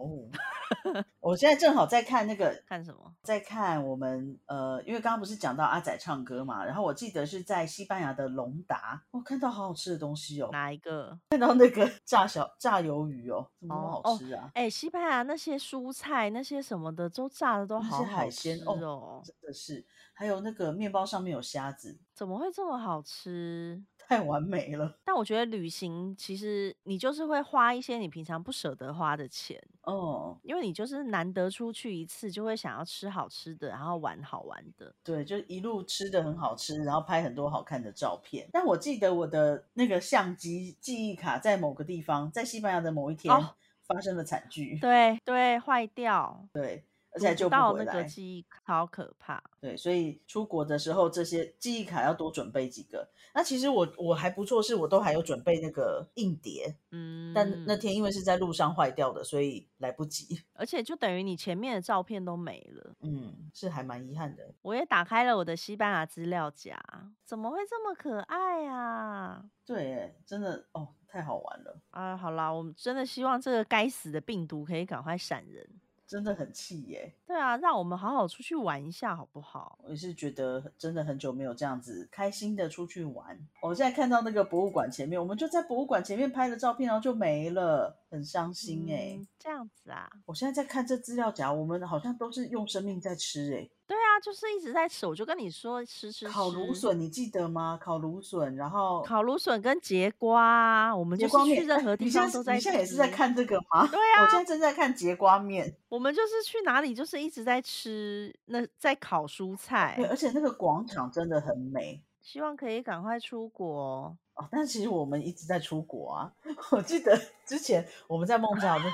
[SPEAKER 1] 我现在正好在看那个，
[SPEAKER 2] 看什么？
[SPEAKER 1] 在看我们呃，因为刚刚不是讲到阿仔唱歌嘛，然后我记得是在西班牙的隆达，我、看到好好吃的东西哦，
[SPEAKER 2] 哪一个？
[SPEAKER 1] 看到那个炸小炸鱿鱼哦，怎么那么
[SPEAKER 2] 哦
[SPEAKER 1] 好
[SPEAKER 2] 哦
[SPEAKER 1] 吃啊？
[SPEAKER 2] 哎、西班牙那些蔬菜、那些什么的，都炸的都
[SPEAKER 1] 那些
[SPEAKER 2] 好
[SPEAKER 1] 海
[SPEAKER 2] 好吃
[SPEAKER 1] 鲜
[SPEAKER 2] 哦
[SPEAKER 1] 哦真的是，还有那个面包上面有虾子，
[SPEAKER 2] 怎么会这么好吃？
[SPEAKER 1] 太完美了。
[SPEAKER 2] 但我觉得旅行其实你就是会花一些你平常不舍得花的钱，
[SPEAKER 1] 哦，
[SPEAKER 2] 因为你就是难得出去一次，就会想要吃好吃的，然后玩好玩的。
[SPEAKER 1] 对，就一路吃的很好吃，然后拍很多好看的照片。但我记得我的那个相机记忆卡在某个地方，在西班牙的某一天
[SPEAKER 2] 哦
[SPEAKER 1] 发生了惨剧，
[SPEAKER 2] 对对，坏掉，
[SPEAKER 1] 而
[SPEAKER 2] 读
[SPEAKER 1] 且还
[SPEAKER 2] 不
[SPEAKER 1] 救不
[SPEAKER 2] 到
[SPEAKER 1] 回
[SPEAKER 2] 那个
[SPEAKER 1] 来。
[SPEAKER 2] 记忆超可怕。
[SPEAKER 1] 对，所以出国的时候这些记忆卡要多准备几个。那其实我我还不错，是我都还有准备那个硬碟，
[SPEAKER 2] 嗯，
[SPEAKER 1] 但那天因为是在路上坏掉的，所以来不及。 (laughs)
[SPEAKER 2] 而且就等于你前面的照片都没了。
[SPEAKER 1] 嗯，是还蛮遗憾的。
[SPEAKER 2] 我也打开了我的西班牙资料夹，怎么会这么可爱啊？
[SPEAKER 1] 对，真的哦，太好玩了，
[SPEAKER 2] 啊，好啦，我们真的希望这个该死的病毒可以赶快闪人。
[SPEAKER 1] 真的很气耶。
[SPEAKER 2] 对啊，让我们好好出去玩一下，好不好？
[SPEAKER 1] 我也是觉得真的很久没有这样子开心的出去玩。我现在看到那个博物馆前面，我们就在博物馆前面拍了照片，然后就没了，很伤心哎、
[SPEAKER 2] 嗯这样子啊，
[SPEAKER 1] 我现在在看这资料夹，我们好像都是用生命在吃哎、
[SPEAKER 2] 对啊，就是一直在吃，我就跟你说吃吃
[SPEAKER 1] 烤芦
[SPEAKER 2] 吃，
[SPEAKER 1] 笋你记得吗？烤芦笋，然后
[SPEAKER 2] 烤芦笋跟节瓜啊，我们
[SPEAKER 1] 节
[SPEAKER 2] 就
[SPEAKER 1] 瓜
[SPEAKER 2] 是
[SPEAKER 1] 面。
[SPEAKER 2] 去任何
[SPEAKER 1] 哎
[SPEAKER 2] 地方都
[SPEAKER 1] 你现在你现在也是在
[SPEAKER 2] 吃，欸
[SPEAKER 1] 看这个吗？
[SPEAKER 2] 对
[SPEAKER 1] 啊，我现在正在看节瓜面。
[SPEAKER 2] 我们就是去哪里就是一直在吃，那在烤蔬
[SPEAKER 1] (laughs) 对，而
[SPEAKER 2] 菜，
[SPEAKER 1] 且那个广场真的很美
[SPEAKER 2] 希望可以赶快出国
[SPEAKER 1] (laughs)
[SPEAKER 2] 哦。
[SPEAKER 1] 哦。但其实我们一直在出国啊。 (laughs) 我记得之前我们在孟加拉，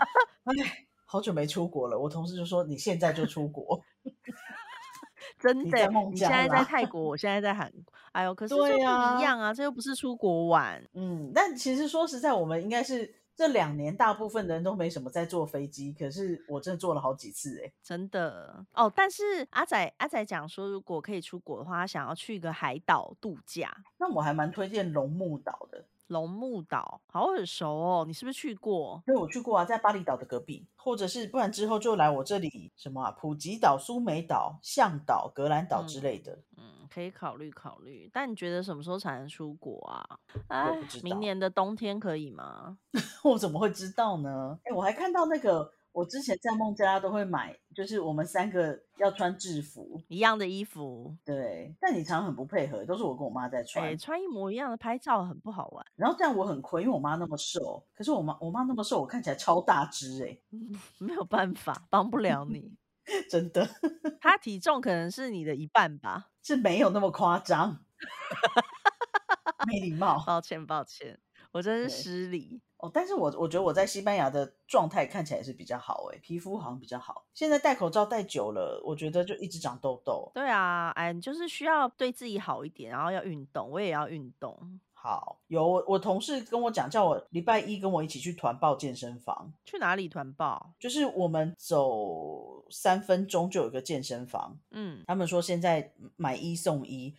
[SPEAKER 1] 我就哎，好久没出国了。我同事就说你现在就出国，
[SPEAKER 2] 真
[SPEAKER 1] 你
[SPEAKER 2] 的
[SPEAKER 1] 在
[SPEAKER 2] 欸，
[SPEAKER 1] 孟
[SPEAKER 2] 你
[SPEAKER 1] 加
[SPEAKER 2] 现在
[SPEAKER 1] 拉
[SPEAKER 2] 在泰
[SPEAKER 1] (laughs)
[SPEAKER 2] 国，我现在在韩国，哎呦，可是这
[SPEAKER 1] 啊对
[SPEAKER 2] 不
[SPEAKER 1] 啊
[SPEAKER 2] 一样啊，这又不是出国玩，
[SPEAKER 1] 嗯。但其实说实在，我们应该是这两年大部分的人都没什么在坐飞机，可是我真的坐了好几次哎、
[SPEAKER 2] 真的哦。但是阿仔阿仔讲说，如果可以出国的话，他想要去一个海岛度假，
[SPEAKER 1] 那我还蛮推荐龙目岛的，
[SPEAKER 2] 龙目岛，好耳熟哦，你是不是去过？
[SPEAKER 1] 因为我去过啊，在巴厘岛的隔壁，或者是不然之后就来我这里什么啊，普吉岛、苏梅岛、向岛、格兰岛之类的。
[SPEAKER 2] 嗯，可以考虑考虑。但你觉得什么时候才能出国啊？
[SPEAKER 1] 我
[SPEAKER 2] 哎
[SPEAKER 1] 不知，道
[SPEAKER 2] 明年的冬天可以吗？
[SPEAKER 1] 我怎么会知道呢？哎，我还看到那个，我之前在孟加拉都会买，就是我们三个要穿制服，
[SPEAKER 2] 一样的衣服，
[SPEAKER 1] 对。但你常常很不配合，都是我跟我妈在穿，
[SPEAKER 2] 哎，穿一模一样的拍照很不好玩。 (laughs)
[SPEAKER 1] 然后这样我很亏，因为我妈那么瘦，可是我妈我妈那么瘦，我看起来超大只哎、
[SPEAKER 2] 没有办法，帮不了你。
[SPEAKER 1] (laughs) 真的
[SPEAKER 2] 他体重可能是你的一半吧，
[SPEAKER 1] 是没有那么夸张，没礼貌。
[SPEAKER 2] 抱歉抱歉，我真
[SPEAKER 1] 对
[SPEAKER 2] 是失礼。
[SPEAKER 1] 哦，但是我我觉得我在西班牙的状态看起来是比较好诶，皮肤好像比较好。现在戴口罩戴久了，我觉得就一直长痘痘。
[SPEAKER 2] 对啊，哎，你就是需要对自己好一点，然后要运动，我也要运动。
[SPEAKER 1] 好，有我我同事跟我讲，叫我礼拜一跟我一起去团报健身房，
[SPEAKER 2] 去哪里团报？
[SPEAKER 1] 就是我们走三分钟就有一个健身房。
[SPEAKER 2] 嗯， (laughs)
[SPEAKER 1] 他们说现在买一送一，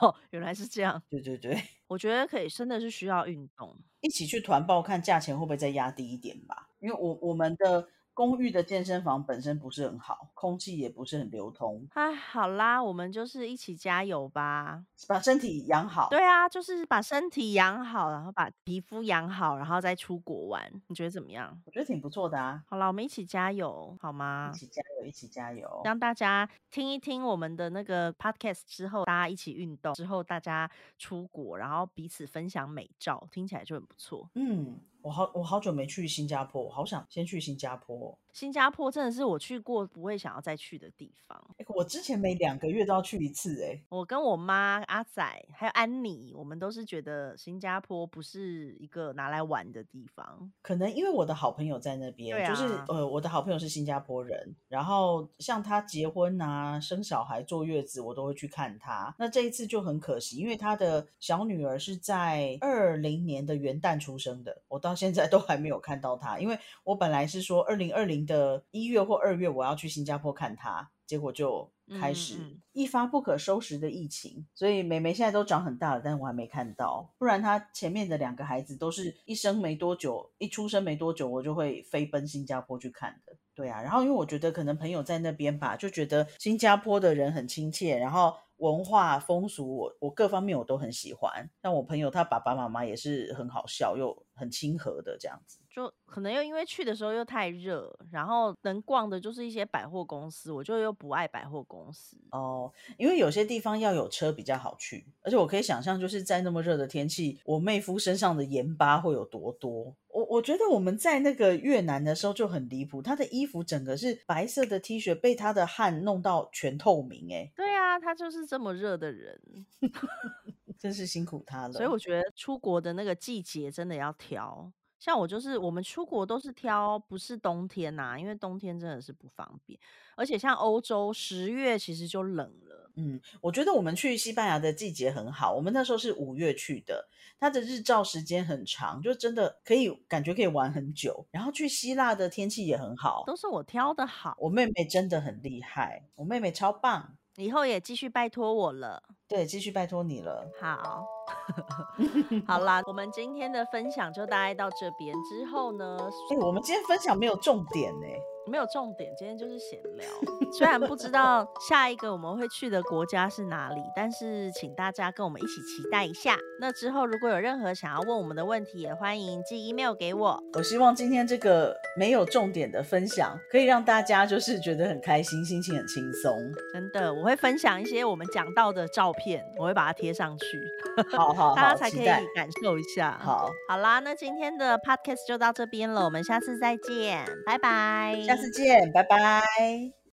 [SPEAKER 2] 哦，原来是这样。
[SPEAKER 1] 对对对， (laughs)
[SPEAKER 2] 我觉得可以，真的是需要运动。
[SPEAKER 1] 一起去团报看价钱会不会再压低一点吧，因为我我们的公寓的健身房本身不是很好，空气也不是很流通，
[SPEAKER 2] 哎，好啦，我们就是一起加油吧。
[SPEAKER 1] 把身体养好。
[SPEAKER 2] 对啊，就是把身体养好，然后把皮肤养好，然后再出国玩，你觉得怎么样？
[SPEAKER 1] 我觉得挺不错的啊，
[SPEAKER 2] 好啦，我们一起加油，好
[SPEAKER 1] 一
[SPEAKER 2] 吗？
[SPEAKER 1] 起加油，一起加油。
[SPEAKER 2] 让大家听一听我们的那个 podcast 之后，大家一起运动之后，大家出国，然后彼此分享美照，听起来就很不错。
[SPEAKER 1] 嗯，我好我好久没去新加坡，我好想先去新加坡哦。
[SPEAKER 2] 新加坡真的是我去过不会想要再去的地方。
[SPEAKER 1] 诶我之前每两个月都要去一次、欸诶
[SPEAKER 2] 我跟我妈、阿仔还有安妮，我们都是觉得新加坡不是一个拿来玩的地方。
[SPEAKER 1] 可能因为我的好朋友在那边，
[SPEAKER 2] 对
[SPEAKER 1] 就是
[SPEAKER 2] 啊，
[SPEAKER 1] 呃，我的好朋友是新加坡人，然后像他结婚啊、生小孩、坐月子，我都会去看他。那这一次就很可惜，因为他的小女儿是在二零年的元旦出生的，我到现在都还没有看到他，因为我本来是说二零二零的一月或二月我要去新加坡看他，结果就。开
[SPEAKER 2] 嗯
[SPEAKER 1] 始
[SPEAKER 2] 嗯，
[SPEAKER 1] 一发不可收拾的疫情，所以美眉现在都长很大了，但我还没看到。不然她前面的两个孩子都是一生没多久，一出生没多久，我就会飞奔新加坡去看的。对啊，然后因为我觉得可能朋友在那边吧，就觉得新加坡的人很亲切，然后文化风俗我我各方面我都很喜欢。像我朋友他爸爸妈妈也是很好笑又很亲和的这样子。
[SPEAKER 2] 就可能又因为去的时候又太热，然后能逛的就是一些百货公司，我就又不爱百货公司。
[SPEAKER 1] 哦，因为有些地方要有车比较好去，而且我可以想象，就是在那么热的天气，我妹夫身上的盐巴会有多多。我我觉得我们在那个越南的时候就很离谱，她的衣服整个是白色的 T 恤，被她的汗弄到全透明、欸， (laughs)
[SPEAKER 2] 对啊，他就是这么热的人，
[SPEAKER 1] 真是辛苦她
[SPEAKER 2] 所以
[SPEAKER 1] 了。
[SPEAKER 2] 我觉得出国的那个季节真的要挑。像我就是我们出国都是挑不是冬天呐、因为冬天真的是不方便，而且像欧洲十月其实就冷了。
[SPEAKER 1] 嗯，我觉得我们去西班牙的季节很好，我们那时候是五月去的，它的日照时间很长，就真的可以感觉可以玩很久。然后去希腊的天气也很好，
[SPEAKER 2] 都是我挑的好，
[SPEAKER 1] 我妹妹真的很厉害，我妹妹超棒。
[SPEAKER 2] 以后也继续拜托我了。
[SPEAKER 1] 对，继续拜托你了。
[SPEAKER 2] 好， (laughs) 好啦，我们今天的分享就大概到这边。之后呢，
[SPEAKER 1] 哎、我们今天分享没有重点呢、
[SPEAKER 2] 没有重点，今天就是闲聊。虽然不知道下一个我们会去的国家是哪里，但是请大家跟我们一起期待一下。那之后如果有任何想要问我们的问题，也欢迎寄 email 给我。
[SPEAKER 1] 我希望今天这个没有重点的分享，可以让大家就是觉得很开心，心情很轻松。
[SPEAKER 2] 真的，我会分享一些我们讲到的照片，我会把它贴上去，
[SPEAKER 1] 好好
[SPEAKER 2] 大家
[SPEAKER 1] 好，
[SPEAKER 2] 才
[SPEAKER 1] 期
[SPEAKER 2] 可以
[SPEAKER 1] 待。
[SPEAKER 2] 感受一下。
[SPEAKER 1] 好，
[SPEAKER 2] 好啦，那今天的 podcast 就到这边了，我们下次再见，拜拜。
[SPEAKER 1] 下次见，拜拜。